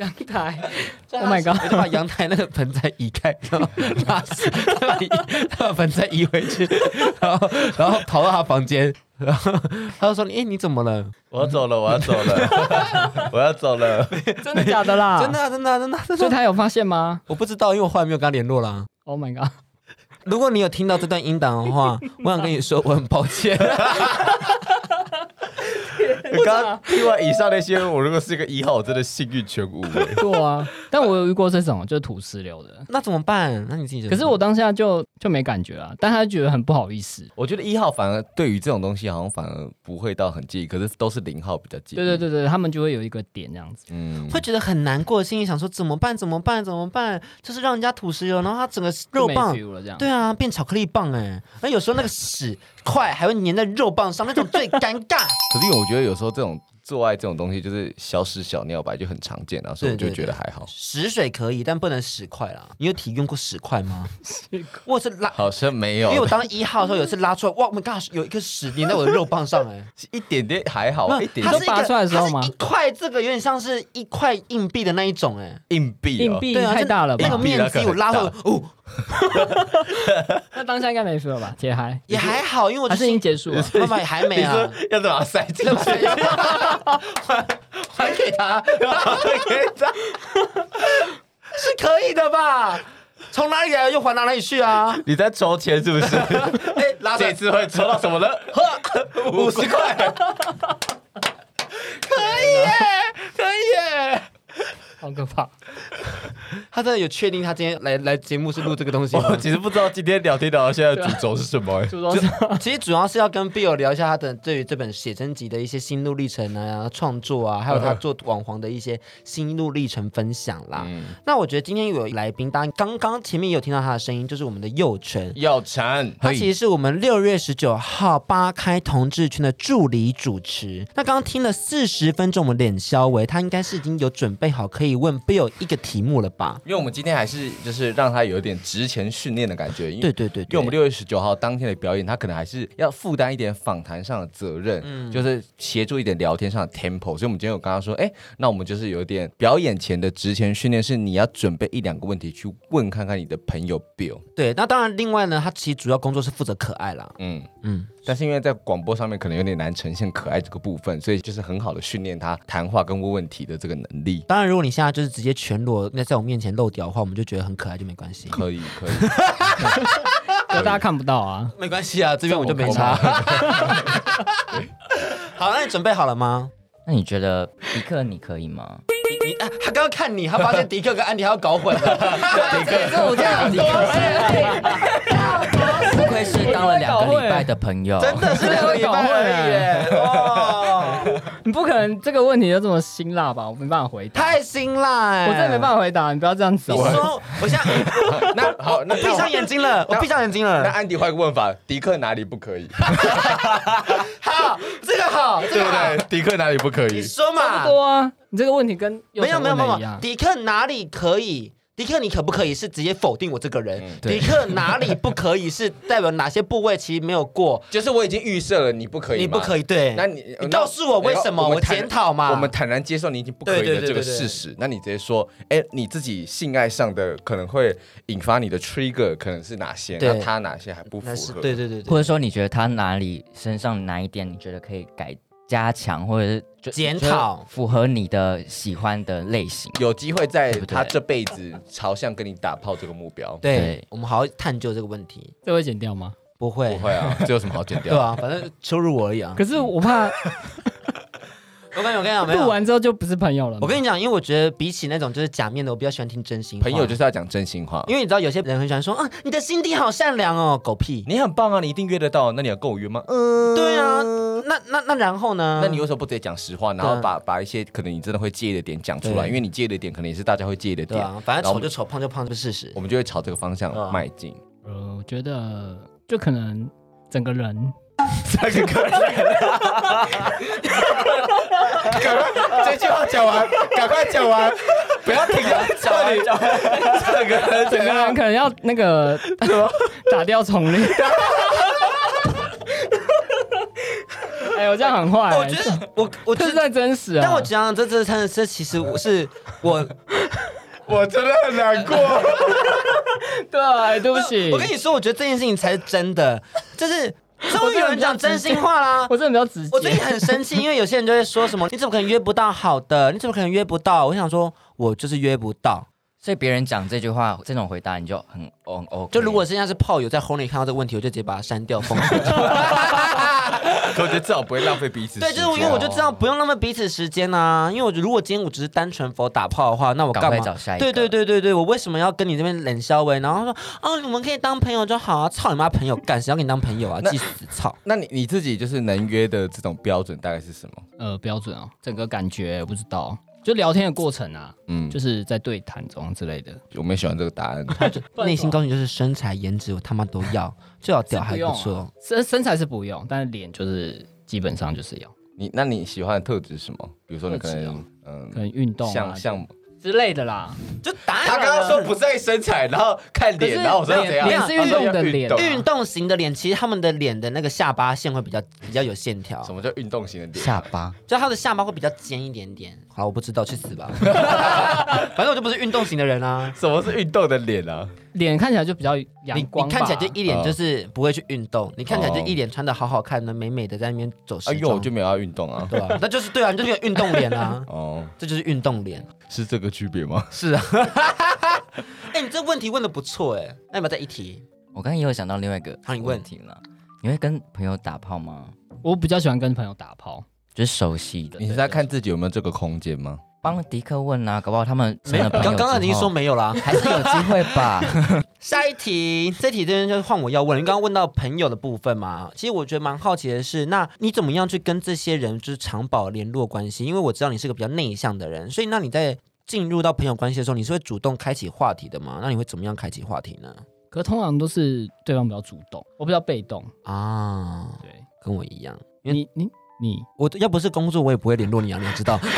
H: 阳台 ，Oh my god！
D: 我就把阳台那个盆栽移开， 然后拉屎，再把移再把盆栽移回去，然后然后跑到他房间，然后他就说哎、你怎么了？
A: 我要走了，我要走了， 我要走 了。
H: 真的假的啦？
D: 真的。啊、真的啊、真的啊、真的
H: 所以
D: 啊、
H: 他有发现吗
D: 我不知道，因为我后来没有跟他联络啦。
H: ？Oh my god！
D: 如果你有听到这段音档的话，我想跟你说，我很抱歉。
A: 我刚刚听完以上那些，我如果是一个一号，我真的幸运全无、欸。
H: 对啊，但我有遇过这种，就是吐石榴的。
D: 那怎么办？那你自己觉得
H: 可是我当下就就没感觉啊，但他觉得很不好意思。
A: 我觉得一号反而对于这种东西好像反而不会到很介意，可是都是零号比较介意。
H: 对对，对对，他们就会有一个点这样子。
A: 嗯，
D: 会觉得很难过，心里想说怎么办？怎么办？怎么办？就是让人家吐石油，然后他整个肉棒
H: 就没 feel 了这样。
D: 对啊，变巧克力棒哎。那有时候那个屎块还会粘在肉棒上，那种最尴尬。
A: 可是因为我觉得有时候这种做爱这种东西就是小屎小尿吧，就很常见啊，所以我
D: 对
A: 就
D: 对
A: 觉得还好。
D: 屎水可以，但不能屎块啦。你有体验过屎块 吗？我是拉，
A: 好像没
D: 因
A: 有，
D: 为我当一号的时候，有一次拉出来，哇，我们刚好有一颗屎粘在我的肉棒上哎、
A: 一点点还好，哦一点
D: 它
A: 点
D: 是一
H: 拔
D: 个
H: 出来的时候吗
D: 它是一块这个有点像是一块硬币的那一种哎、
A: 硬币、哦，
H: 硬币
D: 对啊，
H: 太
D: 就
H: 大了吧？
D: 那个面积我拉回来，哦，
H: 那当下应该没 feel 吧？铁还
D: 也还好，因为我
H: 还
D: 就是
H: 已经结束 了。
D: 妈妈也还没 啊。
A: 要怎么塞进去？
D: 还给他，是可以的吧？从哪里来又还哪里去啊？
A: 你在筹钱是不是？哎、拉 这次会筹到什么 呢？五十块，
H: 好可怕！
D: 他真的有确定他今天来来节目是录这个东西吗
A: 我？其实不知道今天聊天聊到现在的主轴是什么、 哎
H: 主动是
D: 其实主要是要跟 Bill 聊一下他的对于这本写真集的一些心路历程啊、创作啊，还有
A: 嗯
D: 他做网红的一些心路历程分享啦。
A: 嗯
D: 那我觉得今天有来宾，当然刚刚前面也有听到他的声音，就是我们的佑辰。
A: 要馋，
D: 他其实是我们六月十九号八开同志圈的助理主持。那刚刚听了四十分钟，我们脸肖维他应该是已经有准备好可以问 Bill 一个题目了吧？
A: 因为我们今天还是就是让他有一点职前训练的感觉，因
D: 对
A: 为。
D: 对对
A: 因为
D: 对，
A: 我们六月十九号当天的表演，他可能还是要负担一点访谈上的责任，
D: 嗯
A: 就是协助一点聊天上的 tempo。所以，我们今天有跟他说，哎、那我们就是有点表演前的职前训练，是你要准备一两个问题去问看看你的朋友 Bill。
D: 对。那当然，另外呢，他其实主要工作是负责可爱啦。
A: 嗯，
D: 嗯，
A: 但是因为在广播上面可能有点难呈现可爱这个部分，所以就是很好的训练他谈话跟问问题的这个能力。
D: 当然，如果你现在就是直接全裸那在我面前露屌的话，我们就觉得很可爱，就没关系。
A: 可以， 可以，
H: 大家看不到啊。
D: 没关系啊，这边我就没 差。好，那你准备好了吗？
I: 那你觉得迪克你可 以吗？
D: 你你、啊、他刚刚看你，他发现迪克跟安迪还要搞混了。
I: 我这样迪
D: 哎
I: 克，不愧是当了两个礼拜的朋 友，
D: 真的是两个礼拜而已耶，哦，
H: 你不可能这个问题就这么辛辣吧？我没办法回答，
D: 太辛辣哎，
H: 我真的没办
D: 法。
H: 法回答。你不要这样子
D: 你
H: 好不好。
D: 说，我现在
A: 那好，那
D: 我闭上眼睛了，我闭上眼睛
A: 那
D: 了。
A: 安迪换个问法，迪克哪里不可以？
D: 好，这个好，这
A: 对
D: 个
A: 不
D: 好，
A: 对？迪克哪里不可以
D: 你？说
H: 差
D: 嘛
H: 不。多啊。你这个问题跟
D: 没有没有没
H: 问
D: 有
H: 一
D: 没有，
H: 样，
D: 迪克哪里可以？迪克你可不可以是直接否定我这个人？
A: 嗯
D: 迪克哪里不可以是代表哪些部位其实没有过？
A: 就是我已经预设了你不可以，
D: 你不可以，对，
A: 那你
D: 哎你告诉我为什么？
A: 那
D: 我
A: 坦
D: 检讨嘛。
A: 我们坦然接受你已经不可以
D: 对对
A: 的
D: 对
A: 这个
D: 对对
A: 事实。那你直接说，哎，你自己性爱上的可能会引发你的 trigger 可能是哪些？
D: 对
A: 那他哪些还不符
D: 那是
A: 合？
D: 对对对对，
I: 或者说你觉得他哪里身上哪一点你觉得可以改加强，或者是就
D: 检讨
I: 就是符合你的喜欢的类型？
A: 有机会在
I: 对不对
A: 他这辈子朝向跟你打炮这个目标。
D: 对
I: 对
D: 我们好好探究这个问题。
H: 这会剪掉吗？
D: 不
A: 不
D: 会，
A: 会啊， 这有什么好剪
D: 对
A: 掉？
D: 啊，反正羞辱我而已啊。
H: 可是我怕
D: 我跟你我跟你讲， 没
H: 录
D: 有。
H: 完之后就不是朋友了。
D: 我跟你讲，因为我觉得比起那种就是假面的，我比较喜欢听真心话。
A: 朋友就是要讲真心话。
D: 因为你知道有些人很喜欢说啊，你的心地好善良哦，狗屁。
A: 你很棒啊，你一定约得到。那你要跟我约吗？嗯，
D: 对啊，那那那然后呢？
A: 那你为什么不直接讲实话，然后把把一些可能你真的会介意的点讲出来？
D: 对
A: 因为你介意的点可能也是大家会介意的
D: 对
A: 点，
D: 啊，反
A: 然
D: 正
A: 后
D: 丑就丑，胖就胖，这是事实
A: 我。们就会朝这个方
D: 对啊
A: 向迈进。
H: 呃，我觉得就可能整个人
A: 这句话讲完，赶快讲完，不要停在这里。整个
D: 呃
A: 人
H: 整个人可能要 那个 打掉重练。哎，我这样很坏、
D: 我觉得我我
H: 这
D: 知
H: 是
D: 道，
H: 在真实啊。
D: 但我讲这这这这其实我是我
A: 我真的很难过。
H: 对，对不起，
D: 我跟你说，我觉得这件事情才是真的，就是终于有人讲真心话啦。
H: 我真的比较直
D: 我最
H: 接
D: 近。很生气，因为有些人就会说什么：“你怎么可能约不到好的？你怎么可能约不到？”我想说，我就是约不到。
I: 所以别人讲这句话，这种回答你就很 on o
D: 就如果现在是炮友在红里看到这个问题，我就直接把它删掉封锁。
A: 可我觉得至少不会浪费彼此时
D: 对，
A: 间。啊
D: 就是因为我就知道不用浪费彼此时间啊。因为我如果今天我只是单纯否打炮的话，那我
I: 赶
D: 干
I: 快
D: 嘛？
I: 找下一个，
D: 对对对对对，我为什么要跟你这边冷消微？然后说哦，你们可以当朋友就好啊！操你妈朋友干，谁要跟你当朋友啊？
A: 那
D: 气死！操！
A: 那你你自己就是能约的这种标准大概是什么？
H: 呃，标准啊，整个感觉我不知道，就聊天的过程啊，
A: 嗯，
H: 就是在对谈中之类的。
A: 我们喜欢这个答案。
D: 内心告诉你就是身材、颜值，我他妈都要，最好屌还不
H: 啊
D: 啊
H: 是不用
D: 错。
H: 身身材是不用，但是脸就是基本上就是要，
A: 你那你喜欢的特质是什么？比如说你可
H: 特质
A: 能
H: 哦可
A: 嗯，
H: 能运动啊
A: 像像
H: 之类的啦。
D: 就答案
A: 他刚刚说不在意身材，然后看
H: 可是
A: 脸，然后我说
H: 脸
A: 怎样？
H: 脸是运动的脸
A: 他说要
D: 运动啊型的脸，其实他们的脸的那个下巴线会比较比较有线条，
A: 什么叫运动型的脸？
I: 下巴，
D: 就他的下巴会比较尖一点点。好了，我不知道，去死吧！反正我就不是运动型的人啊。
A: 什么是运动的脸啊？
H: 脸看起来就比较阳
D: 你你
H: 光吧，
D: 看起来就一脸就是不会去运动，你看起来就一脸穿的好好看的、美美的，在那边走时
A: 哎呦，
D: 装，
A: 我就没有要运动啊。，
D: 对吧、 那就是对啊，你就是个运动脸啊
A: 哦，
D: 这就是运动脸。
A: 是这个区别吗？
D: 是啊，哎、你这问题问的不错哎、那要不要再一题？
I: 我刚刚也有想到另外一个
D: 好你问
I: 问题了，你会跟朋友打炮吗？
H: 我比较喜欢跟朋友打炮。
I: 就是熟悉的
A: 你，是在看自己有没有这个空间吗？
I: 帮迪克问啊，搞不好他们成了朋友
D: 刚刚刚已经
I: 之后
D: 说没有啦。
I: 还是有机会吧。
D: 下一题，这题这边就换我要问了。你刚刚问到朋友的部分嘛，其实我觉得蛮好奇的是，那你怎么样去跟这些人就是长保联络关系？因为我知道你是个比较内向的人，所以那你在进入到朋友关系的时候，你是会主动开启话题的吗？那你会怎么样开启话题呢？
H: 可通常都是对方比较主动，我比较被动。
D: 啊，
H: 对，
D: 跟我一样，因为
H: 你你你，
D: 我要不是工作，我也不会联络你啊，你要知道。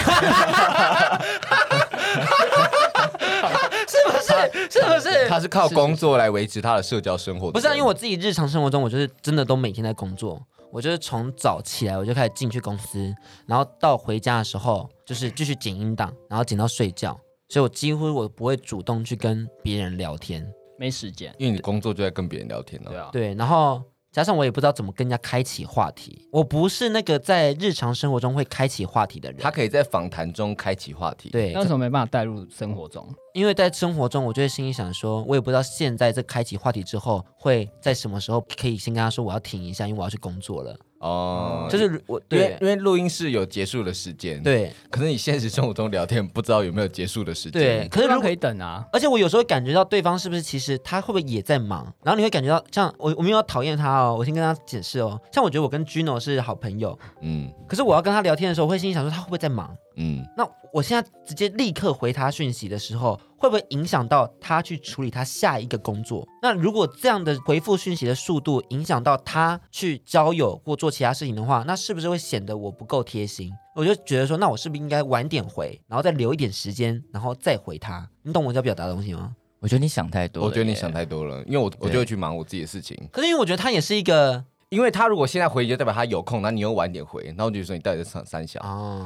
D: 是不是？是不是？
A: 他是靠 工作来维持他的社交生活的人，
D: 不是啊，因为我自己日常生活中，我就是真的都每天在工作。我就是从早起来，我就开始进去公司，然后到回家的时候，就是继续剪音档，然后剪到睡觉。所以我几乎我不会主动去跟别人聊天，
H: 没时间。
A: 因为你工作就在跟别人聊天呢、
H: 对啊，
D: 对，然后加上我也不知道怎么跟人家开启话题，我不是那个在日常生活中会开启话题的人。
A: 他可以在访谈中开启话题。，
D: 对
H: 那，为什么没办法带入生活中？
D: 因为在生活中，我就会心里想说，我也不知道现在这开启话题之后，会在什么时候可以先跟他说我要停一下，因为我要去工作了。
A: 哦，
D: 就。是我
A: 因为
D: 对
A: 因为录音室有结束的时间，，
D: 对
A: 可是你现实生活中聊天不知道有没有结束的时间，
D: 对，，可是
H: 对
D: 如
H: 方
D: 果
H: 可以等啊，
D: 而且我有时候会感觉到对方是不是其实他会不会也在忙，然后你会感觉到像我我没有要讨厌他哦，我先跟他解释哦，像我觉得我跟 Gino 是好朋友，
A: 嗯
D: 可是我要跟他聊天的时候，我会心里想说他会不会在忙？
A: 嗯，
D: 那我现在直接立刻回他讯息的时候，会不会影响到他去处理他下一个工作？那如果这样的回复讯息的速度影响到他去交友或做其他事情的话，那是不是会显得我不够贴心？我就觉得说，那我是不是应该晚点回，然后再留一点时间，然后再回他？你懂我要表达的东西吗？
I: 我觉得你想太多了耶，
A: 我觉得你想太多了，因为我我就会去忙我自己的事情。
D: 可是因为我觉得他也是一个
A: 因为他如果现在回，就代表他有空，那你又晚点回，那我就说你到底在三三小，
D: 哦，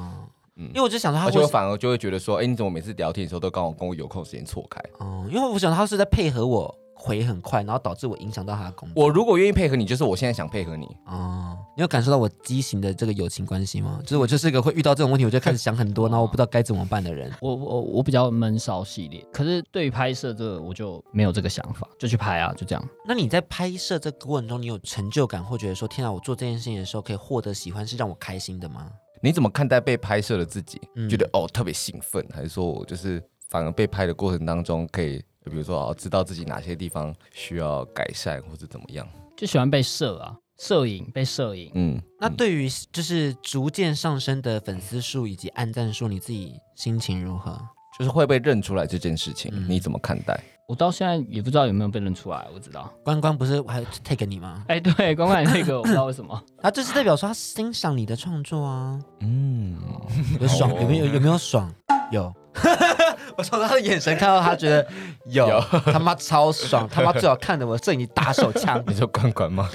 D: 因为我就想说他
A: 而且
D: 会
A: 我
D: 是
A: 反而就会觉得说，哎，你怎么每次聊天的时候都刚好跟我有空时间错开？
D: 哦，因为我想他是在配合我回很快，然后导致我影响到他的工作。
A: 我如果愿意配合你，就是我现在想配合你。
D: 哦，你有感受到我畸形的这个友情关系吗？就是我就是一个会遇到这种问题，我就开始想很多，然后我不知道该怎么办的人。
H: 我我我比较闷骚系列，可是对于拍摄这个我就没有这个想法，就去拍啊，就这样。
D: 那你在拍摄这个过程中，你有成就感，或觉得说天啊，我做这件事情的时候可以获得喜欢，是让我开心的吗？
A: 你怎么看待被拍摄的自己？
D: 嗯
A: 觉得哦特别兴奋，还是说我就是反而被拍的过程当中可以，比如说哦知道自己哪些地方需要改善或者怎么样？
H: 就喜欢被摄啊，摄影被摄影，
A: 嗯，
D: 那对于就是逐渐上升的粉丝数以及按赞数，你自己心情如何？
A: 就是会被认出来这件事情，
D: 嗯
A: 你怎么看待？
H: 我到现在也不知道有没有被认出来，我知道。
D: 关关不是还 take 你吗？
H: 哎，对，光看那个，我不知道为什么，
D: 啊，这是代表说他欣赏你的创作啊，
A: 嗯， ，
D: 有爽有没有有没有爽？有， 我从他的眼神看到他觉 得有，他妈超 爽，他妈最好看的我摄影机打手 枪
A: 你说管管吗？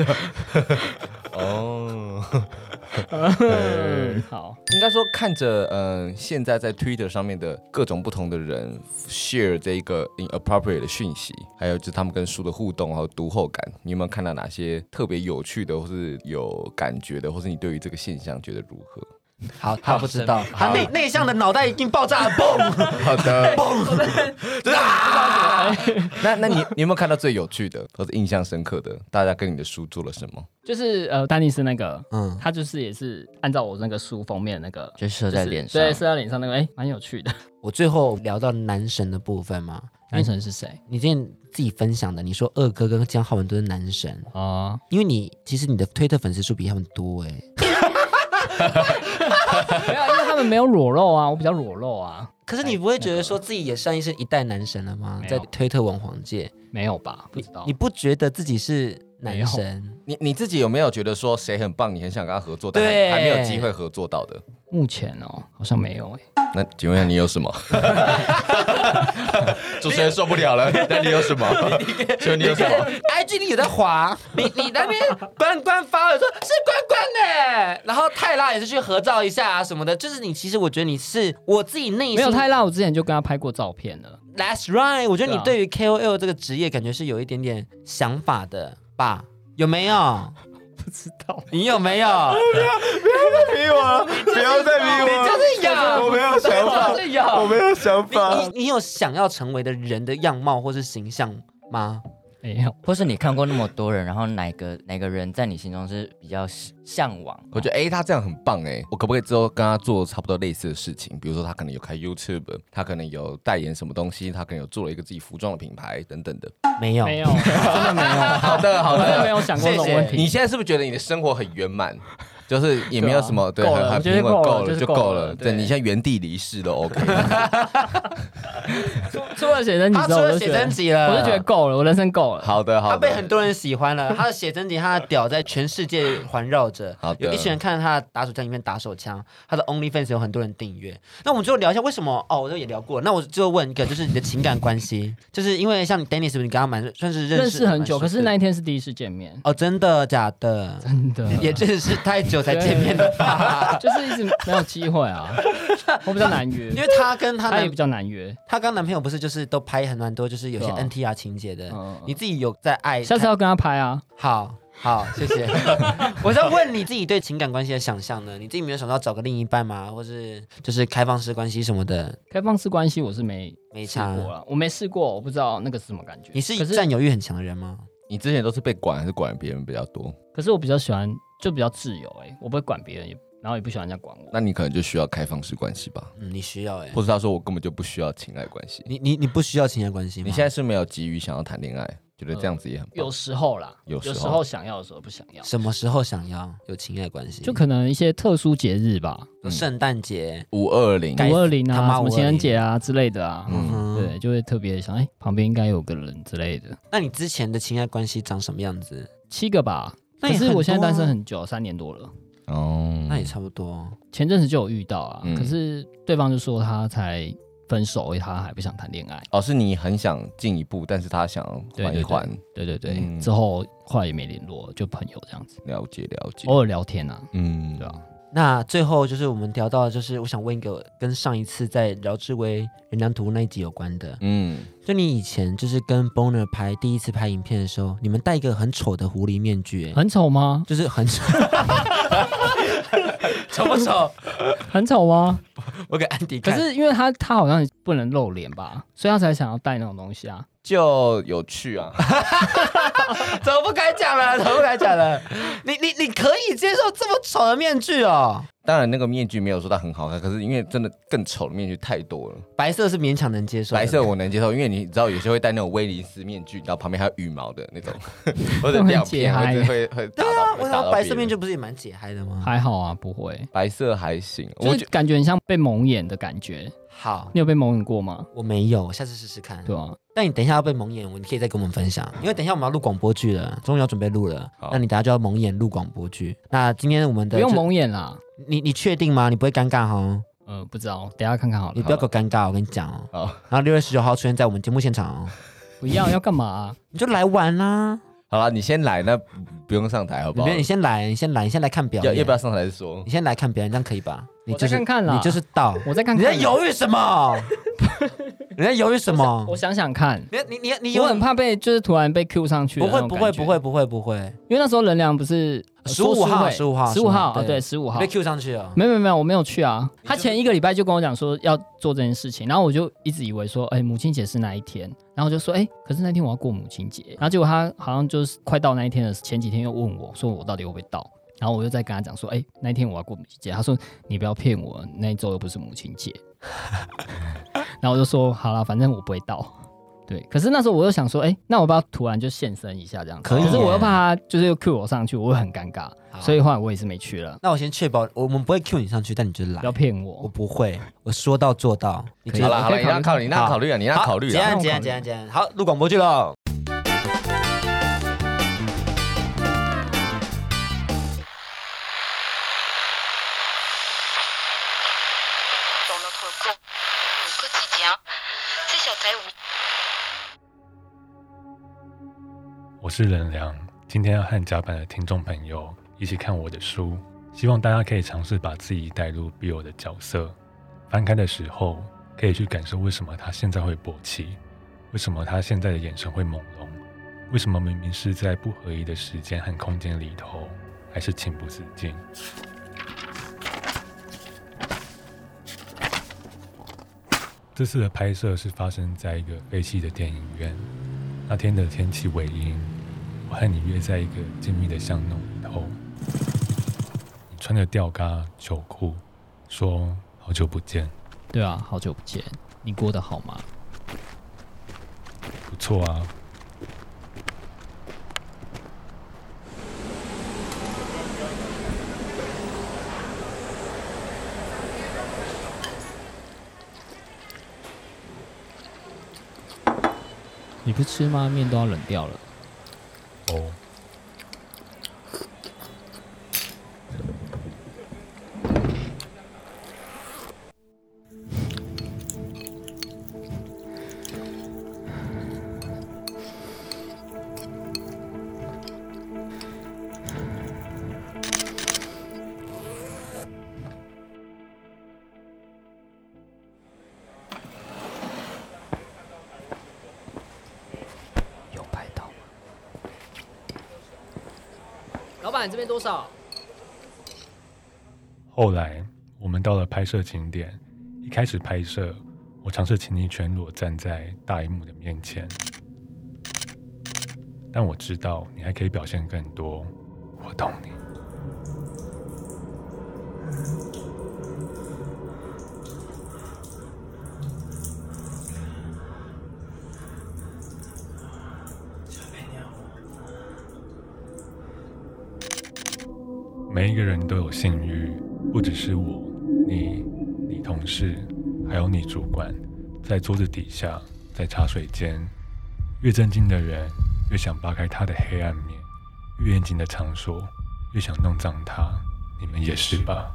A: 哦，
H: 嗯，好，
A: 应该说看着呃现在在 Twitter 上面的各种不同的人 share 这一个 inappropriate 的讯息，还有就是他们跟书的互动还有读后感，你有没有看到哪些特别有趣的，或是有感觉的，或是你对于这个现象觉得如何？
D: 好，嗯他不知道，他内内向的脑袋已经爆炸了，嘣！
A: 好的，那那你你有没有看到最有趣的，或是印象深刻的？大家跟你的书做了什么？
H: 就是呃，丹尼斯那个，
D: 嗯，
H: 他就是也是按照我那个书封面那个，
I: 就射在脸
H: 就是
I: 上。
H: 对，射在脸上那个，哎，蛮有趣的。
D: 我最后聊到男神的部分嘛，
H: 男神是谁
D: 你之前自己分享的，你说二哥跟江浩文都是男神，
I: 哦
H: 啊？
D: 因为你其实你的推特粉丝数比他们多哎、
H: 没有，因为他们没有裸露啊，我比较裸露啊，
D: 可是你不会觉得说自己也算是一代男神了吗？
H: 没有
D: 在推特网黄界，
H: 没有吧？不知道
D: 你。不觉得自己是男神？
A: 你你自己有没有觉得说谁很棒，你很想跟他合作，但
D: 对
A: 还还没有机会合作到的？
H: 目前哦，好像没有哎。
A: 那请问一下你有什 么？主持人受不了了，那你有什么？请问你有什么？
D: IG 你有在滑，你你那边 关关发了说是关关呢、然后泰拉也是去合照一下啊什么的，就是你其实我觉得你是我自己内心
H: 没有太辣，我之前就跟他拍过照片了。
D: That's right，我觉得
H: 对
D: 你
H: 啊
D: 对于 KOL 这个职业感觉是有一点点想法的吧？有没有？
H: 不知道，
D: 你有没有？
J: 逼我了，不要再逼我
D: 你就是有，
J: 没有想法，
H: 是有。
J: 我没有想
D: 你你你有想要成为的人的样貌或是形象吗？
H: 没有，
I: 或是你看过那么多人，然后哪个哪个人在你心中是比较向往？
A: 我觉得哎、诶他这样很棒哎、我可不可以之后跟他做差不多类似的事情？比如说他可能有开 YouTube，他可能有代言什么东西，他可能有做了一个自己服装的品牌等等的。
D: 没有，
H: 没有，真的没有。
A: 好的，好
H: 我真的
A: 的，
H: 没有想过这种问题
A: 你现在是不是觉得你的生活很圆满？就是也没有什么对，
H: 对啊够了
A: 很
H: 我觉得
A: 平稳，
H: 够了
A: 够
H: 就是
A: 就
H: 够
A: 够
H: 了
A: 了。对，
H: 对
A: 你现在原地离世了，OK。
H: 出了写真集
D: 他
H: 之
D: 出
H: 后，我
D: 了
H: 就
D: 写
H: 觉
D: 真
H: 得，
D: 集了，呃
H: 我就觉得够了，我人生够了。
A: 好的，
D: 他
A: 好
D: 被很
A: 的。
D: 多人喜欢了，他的写真集，他的屌在全世界环绕 着。
A: 好的
D: 有一
H: 啊
D: 群人看着他的打手枪里面打手枪，他的 OnlyFans 有很多人订阅。那我们最后聊一下为什么哦，我这也聊过了。那我最后问一个，就是你的情感关系，就是因为像你 Dennis，你跟他蛮算是认识
H: 认识很久，
D: 蛮
H: 可
D: 熟
H: 是
D: 的
H: 那一天是第一次见 面，
D: 哦，真的假的？
H: 真的
D: 也认识太久才见面的吧？
H: 就是一直没有机会啊，我比较难约
D: 因，为她跟她
H: 他也
D: 男
H: 比较难约。
D: 她跟男朋友不是就是都拍很蛮多，就是有些
H: 对啊
D: NTR 情节的
H: 嗯嗯。
D: 你自己有在爱？
H: 下次要跟他拍啊，
D: 好好，谢 谢。我在问你自己对情感关系的想象呢？你自己没有想到找个另一半吗？或是就是开放式关系什么的？
H: 开放式关系我是没
D: 没
H: 试
D: 差。
H: 过了，我没试过，我不知道那个是什么感觉。
D: 你
H: 可
D: 是
H: 是
D: 占有欲很强的人吗？
A: 你之前都是被管还是管别人比较多？
H: 可是我比较喜欢，就比较自由哎、我不会管别人，也然后也不喜欢人家管我。
A: 那你可能就需要开放式关系吧，
D: 嗯，你需要哎、
A: 或是他说我根本就不需要情爱关系。
D: 你你你不需要情感关系吗？
A: 你现在是没有急于想要谈恋爱，觉得这样子也很
D: 嗯
A: 棒。
H: 有时候啦，
A: 有时候
H: 时候想要，有时候不想要，
D: 什么时候想要有情爱关系？
H: 就可能一些特殊节日吧，
D: 有圣诞节，
A: 五二零，
H: 五二零
D: 他
H: 啊，
D: 妈
H: 什么
D: 520
H: 情人节啊之类的啊，
D: 嗯，
H: 对，就会特别想，哎、旁边应该有个人之类的，
D: 那你之前的情爱关系长什么样子？
H: 七个吧。
D: 那
H: 可
D: 也
H: 是
D: 很
H: 我现在
D: 多啊
H: 单身很久，三年多了，
A: 哦，
D: 那也差不多。
H: 前阵子就有遇到啊，
A: 嗯
H: 可是对方就说他才分手，他还不想谈恋爱。
A: 哦，是你很想进一步，但是他想
H: 对
A: 缓一
H: 对
A: 缓，
H: 对对对，
A: 嗯
H: 之后后来也没联络，就朋友这样子，
A: 了解了解。
H: 偶尔聊天啊，
A: 嗯
H: 对啊。
D: 那最后就是我们聊到，就是我想问一个跟上一次在饶志威人梁图那一集有关的，
A: 嗯，
D: 就你以前就是跟 Boner 拍第一次拍影片的时候，你们戴一个很丑的狐狸面具、欸，
H: 很丑吗？
D: 就是很丑， 丑不丑？
H: 很丑吗？
D: 我给安迪
H: 可
D: 看，
H: 是因为他他好像不能露脸吧，所以他才想要戴那种东西啊。
A: 就有趣啊。
D: 怎么不敢讲 了？怎么不敢讲了？你你你可以接受这么丑的面具哦？
A: 当然，那个面具没有说它很好看，可是因为真的更丑的面具太多了。
D: 白色是勉强能接受的，
A: 白色我能接受，因为你知道有些会戴那种威尼斯面具，然后旁边还有羽毛的那 种，或者两片，或者会会打
D: 对啊
A: 到，会
D: 我想
A: 打到
D: 说白色
A: 别人
D: 面具不是也蛮解嗨的吗？
H: 还好啊，不会，
A: 白色还行，我
H: 就
A: 觉
H: 是感觉很像被蒙眼的感觉。
D: 好，
H: 你有被蒙眼过吗？
D: 我没有，下次试试看。
H: 对啊，
D: 但你等一下要被蒙眼，你可以再跟我们分享，因为等一下我们要录广播剧了，终于要准备录了
A: 好。
D: 那你等一下就要蒙眼录广播剧。那今天我们的
H: 不用
D: 就，
H: 蒙眼啦。
D: 你你确定吗？你不会尴尬哈？
H: 呃，不知道，等一下看看好
D: 你
H: 了。
D: 不要给我尴尬，我跟你讲哦。
A: 好
D: 然后六月十九号出现在我们节目现场哦，
H: 不要要干嘛啊？
D: 你就来玩啦、
A: 好了，你先来，那不用上台好不
D: 你
A: 好
D: 别，？你先来，你先来，你先来看表
A: 要
D: 演。
A: 要不要上台再说
D: 你？先来看表演，这样可以吧？你就是
H: 我再看看啦
D: 你就是到。
H: 我再看
D: 你
H: 看。
D: 在犹豫什 么？你在犹豫什么
H: 我？想想看。
D: 你你你你
H: 我很怕被就是突然被 Q 上去，啊
D: 不会不会不会，不会不会
H: 因为那时候人良不是呃
D: 15号15号
H: 十五号
D: 15号
H: 啊，
D: 对
H: 对十五号
D: 被 Q 上去哦了。
H: 没有没有没有，我没有去啊。他前一个礼拜就跟我讲说要做这件事情，然后我就一直以为说，哎、母亲节是那一天，然后我就说，哎、可是那天我要过母亲节，然后结果他好像就是快到那一天的前几天又问我说我到底会不会到，然后我又再跟他讲说，哎、那一天我要过母亲节，他说你不要骗我，那一周又不是母亲 节，然后我就说好啦，反正我不会到。对，可是那时候我又想说，哎、那我要不要突然就现身一下这样子？
D: 可以
H: 可是我
D: 耶啊
H: 又怕他就是又 cue 我上去，我会很尴尬，所以后来我也是没去了。
D: 那我先确保我们不会 Q 你上去，但你就来
H: 不要。骗
D: 我
H: 我，
D: 不会，我说到做到。你
H: 可以
D: 就
A: 好了
H: 我
A: 好了，
H: 可以
A: 你让
H: 考
A: 考
H: 虑
A: 虑，你让
D: 好
A: 考虑啊，你让考虑
D: 结
A: 啊。
D: 案
H: 我
D: 结案
H: 考虑
D: 结案结案。好，录广播剧喽。
K: 走了可够，我个几讲，这小宅舞。
L: 我是任良，今天要和甲板的听众朋友一起看我的书，希望大家可以尝试把自己带入 Bill 的角色。翻开的时候，可以去感受为什么他现在会勃起，为什么他现在的眼神会朦胧，为什么明明是在不合一的时间和空间里头，还是情不自禁。这次的拍摄是发生在一个废弃的电影院。那天的天气为阴，我和你约在一个静谧的巷弄里头。你穿着吊嘎球裤，说好久不见，
H: 对啊，好久不见，你过得好吗？
L: 不错啊。
H: 你不吃吗？面都要冷掉了。
L: 哦，
H: 有拍到吗？老板这边多少？
L: 后来我们到了拍摄景点，一开始拍摄，我尝试请你全裸站在大荧幕的面前，但我知道你还可以表现更多，我懂你。每一个人都有性欲，不只是我、你、你同事，还有你主管，在桌子底下，在茶水间。越震惊的人，越想扒开他的黑暗面；越严谨的场所，越想弄脏他。你们也是吧？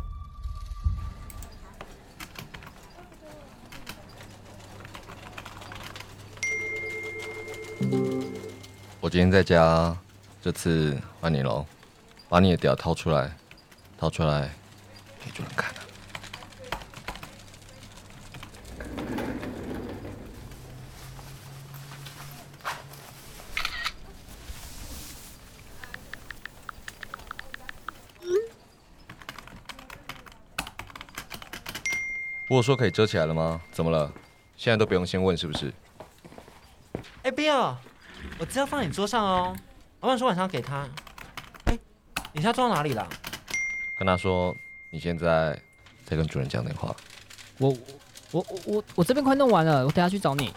A: 我今天在家，这次换你喽，把你的屌掏出来，掏出来，给主人看啊。我有说可以遮起来了吗？怎么了？现在都不用先问是不是？
D: 哎，Bill，我资料放你桌上哦，老板说晚上要给他。哎，你现在装哪里了？
A: 跟他说你现在在跟主人讲电话。
H: 我我我我我这边快弄完了，我等下去找你。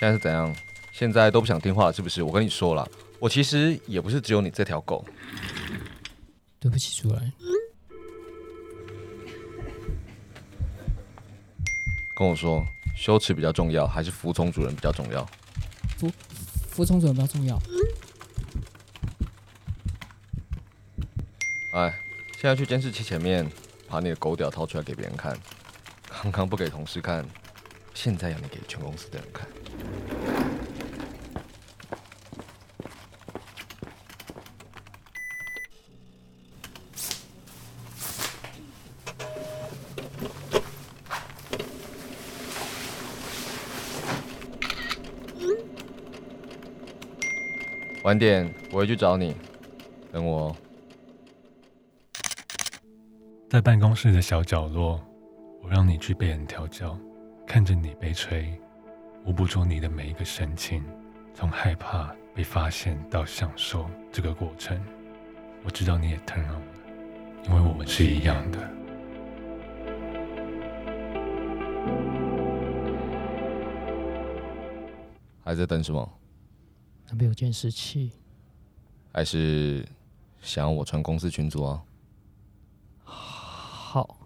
A: 现在是怎样？现在都不想听话了是不是？我跟你说了，我其实也不是只有你这条狗。
H: 对不起，主人，
A: 跟我说，羞耻比较重要，还是服从主人比较重要？
H: 服服从主人比较重要。
A: 哎，现在去监视器前面，把你的狗屌掏出来给别人看。刚刚不给同事看，现在要你给全公司的人看。晚点我会去找你，等我哦。
L: 在办公室的小角落，我让你去被人调教，看着你被吹，我捕捉你的每一个神情，从害怕被发现到享受这个过程。我知道你也疼爱我，因为我们是一样的。
A: 还在等什么？
H: 那边有监视器，
A: 还是想要我传公司群组啊？
H: 好，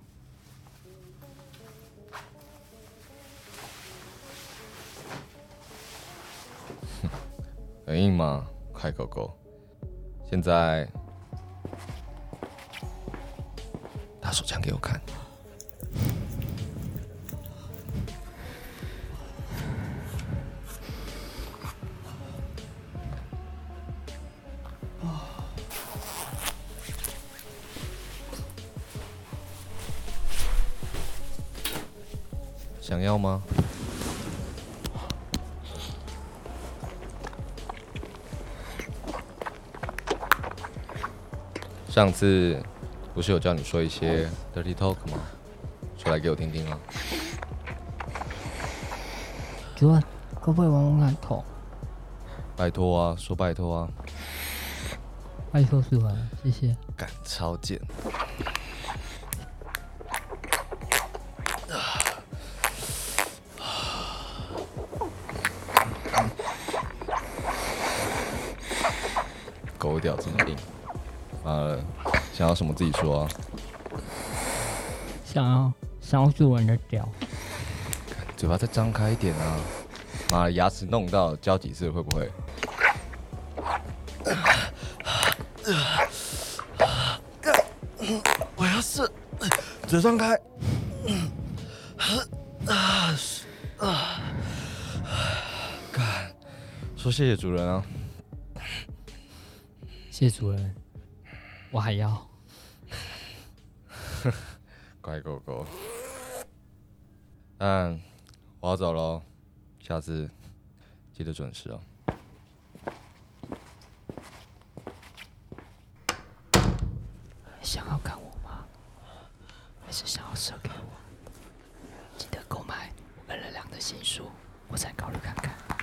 A: 很硬吗？快狗狗，现在打手枪给我看。想要吗？上次不是有叫你说一些 dirty talk 吗？说来给我听听啊！
H: 主人，可不可以玩玩看头？
A: 拜托啊，说拜托啊！
H: 拜托主人，谢谢。
A: 敢超贱！狗屌这么硬，妈了，想要什么自己说啊！
H: 想要想要主人的屌，
A: 嘴巴再张开一点啊！妈的，牙齿弄到，教几次会不会？
M: 我要是嘴张开，啊啊！
A: 说谢谢主人啊！
H: 谢谢主人，我还要。
A: 乖狗狗。嗯，我要走喽，下次记得准时哦。
H: 想要看我吗？还是想要射给我？记得购买我们了两的新书，我再考虑看看。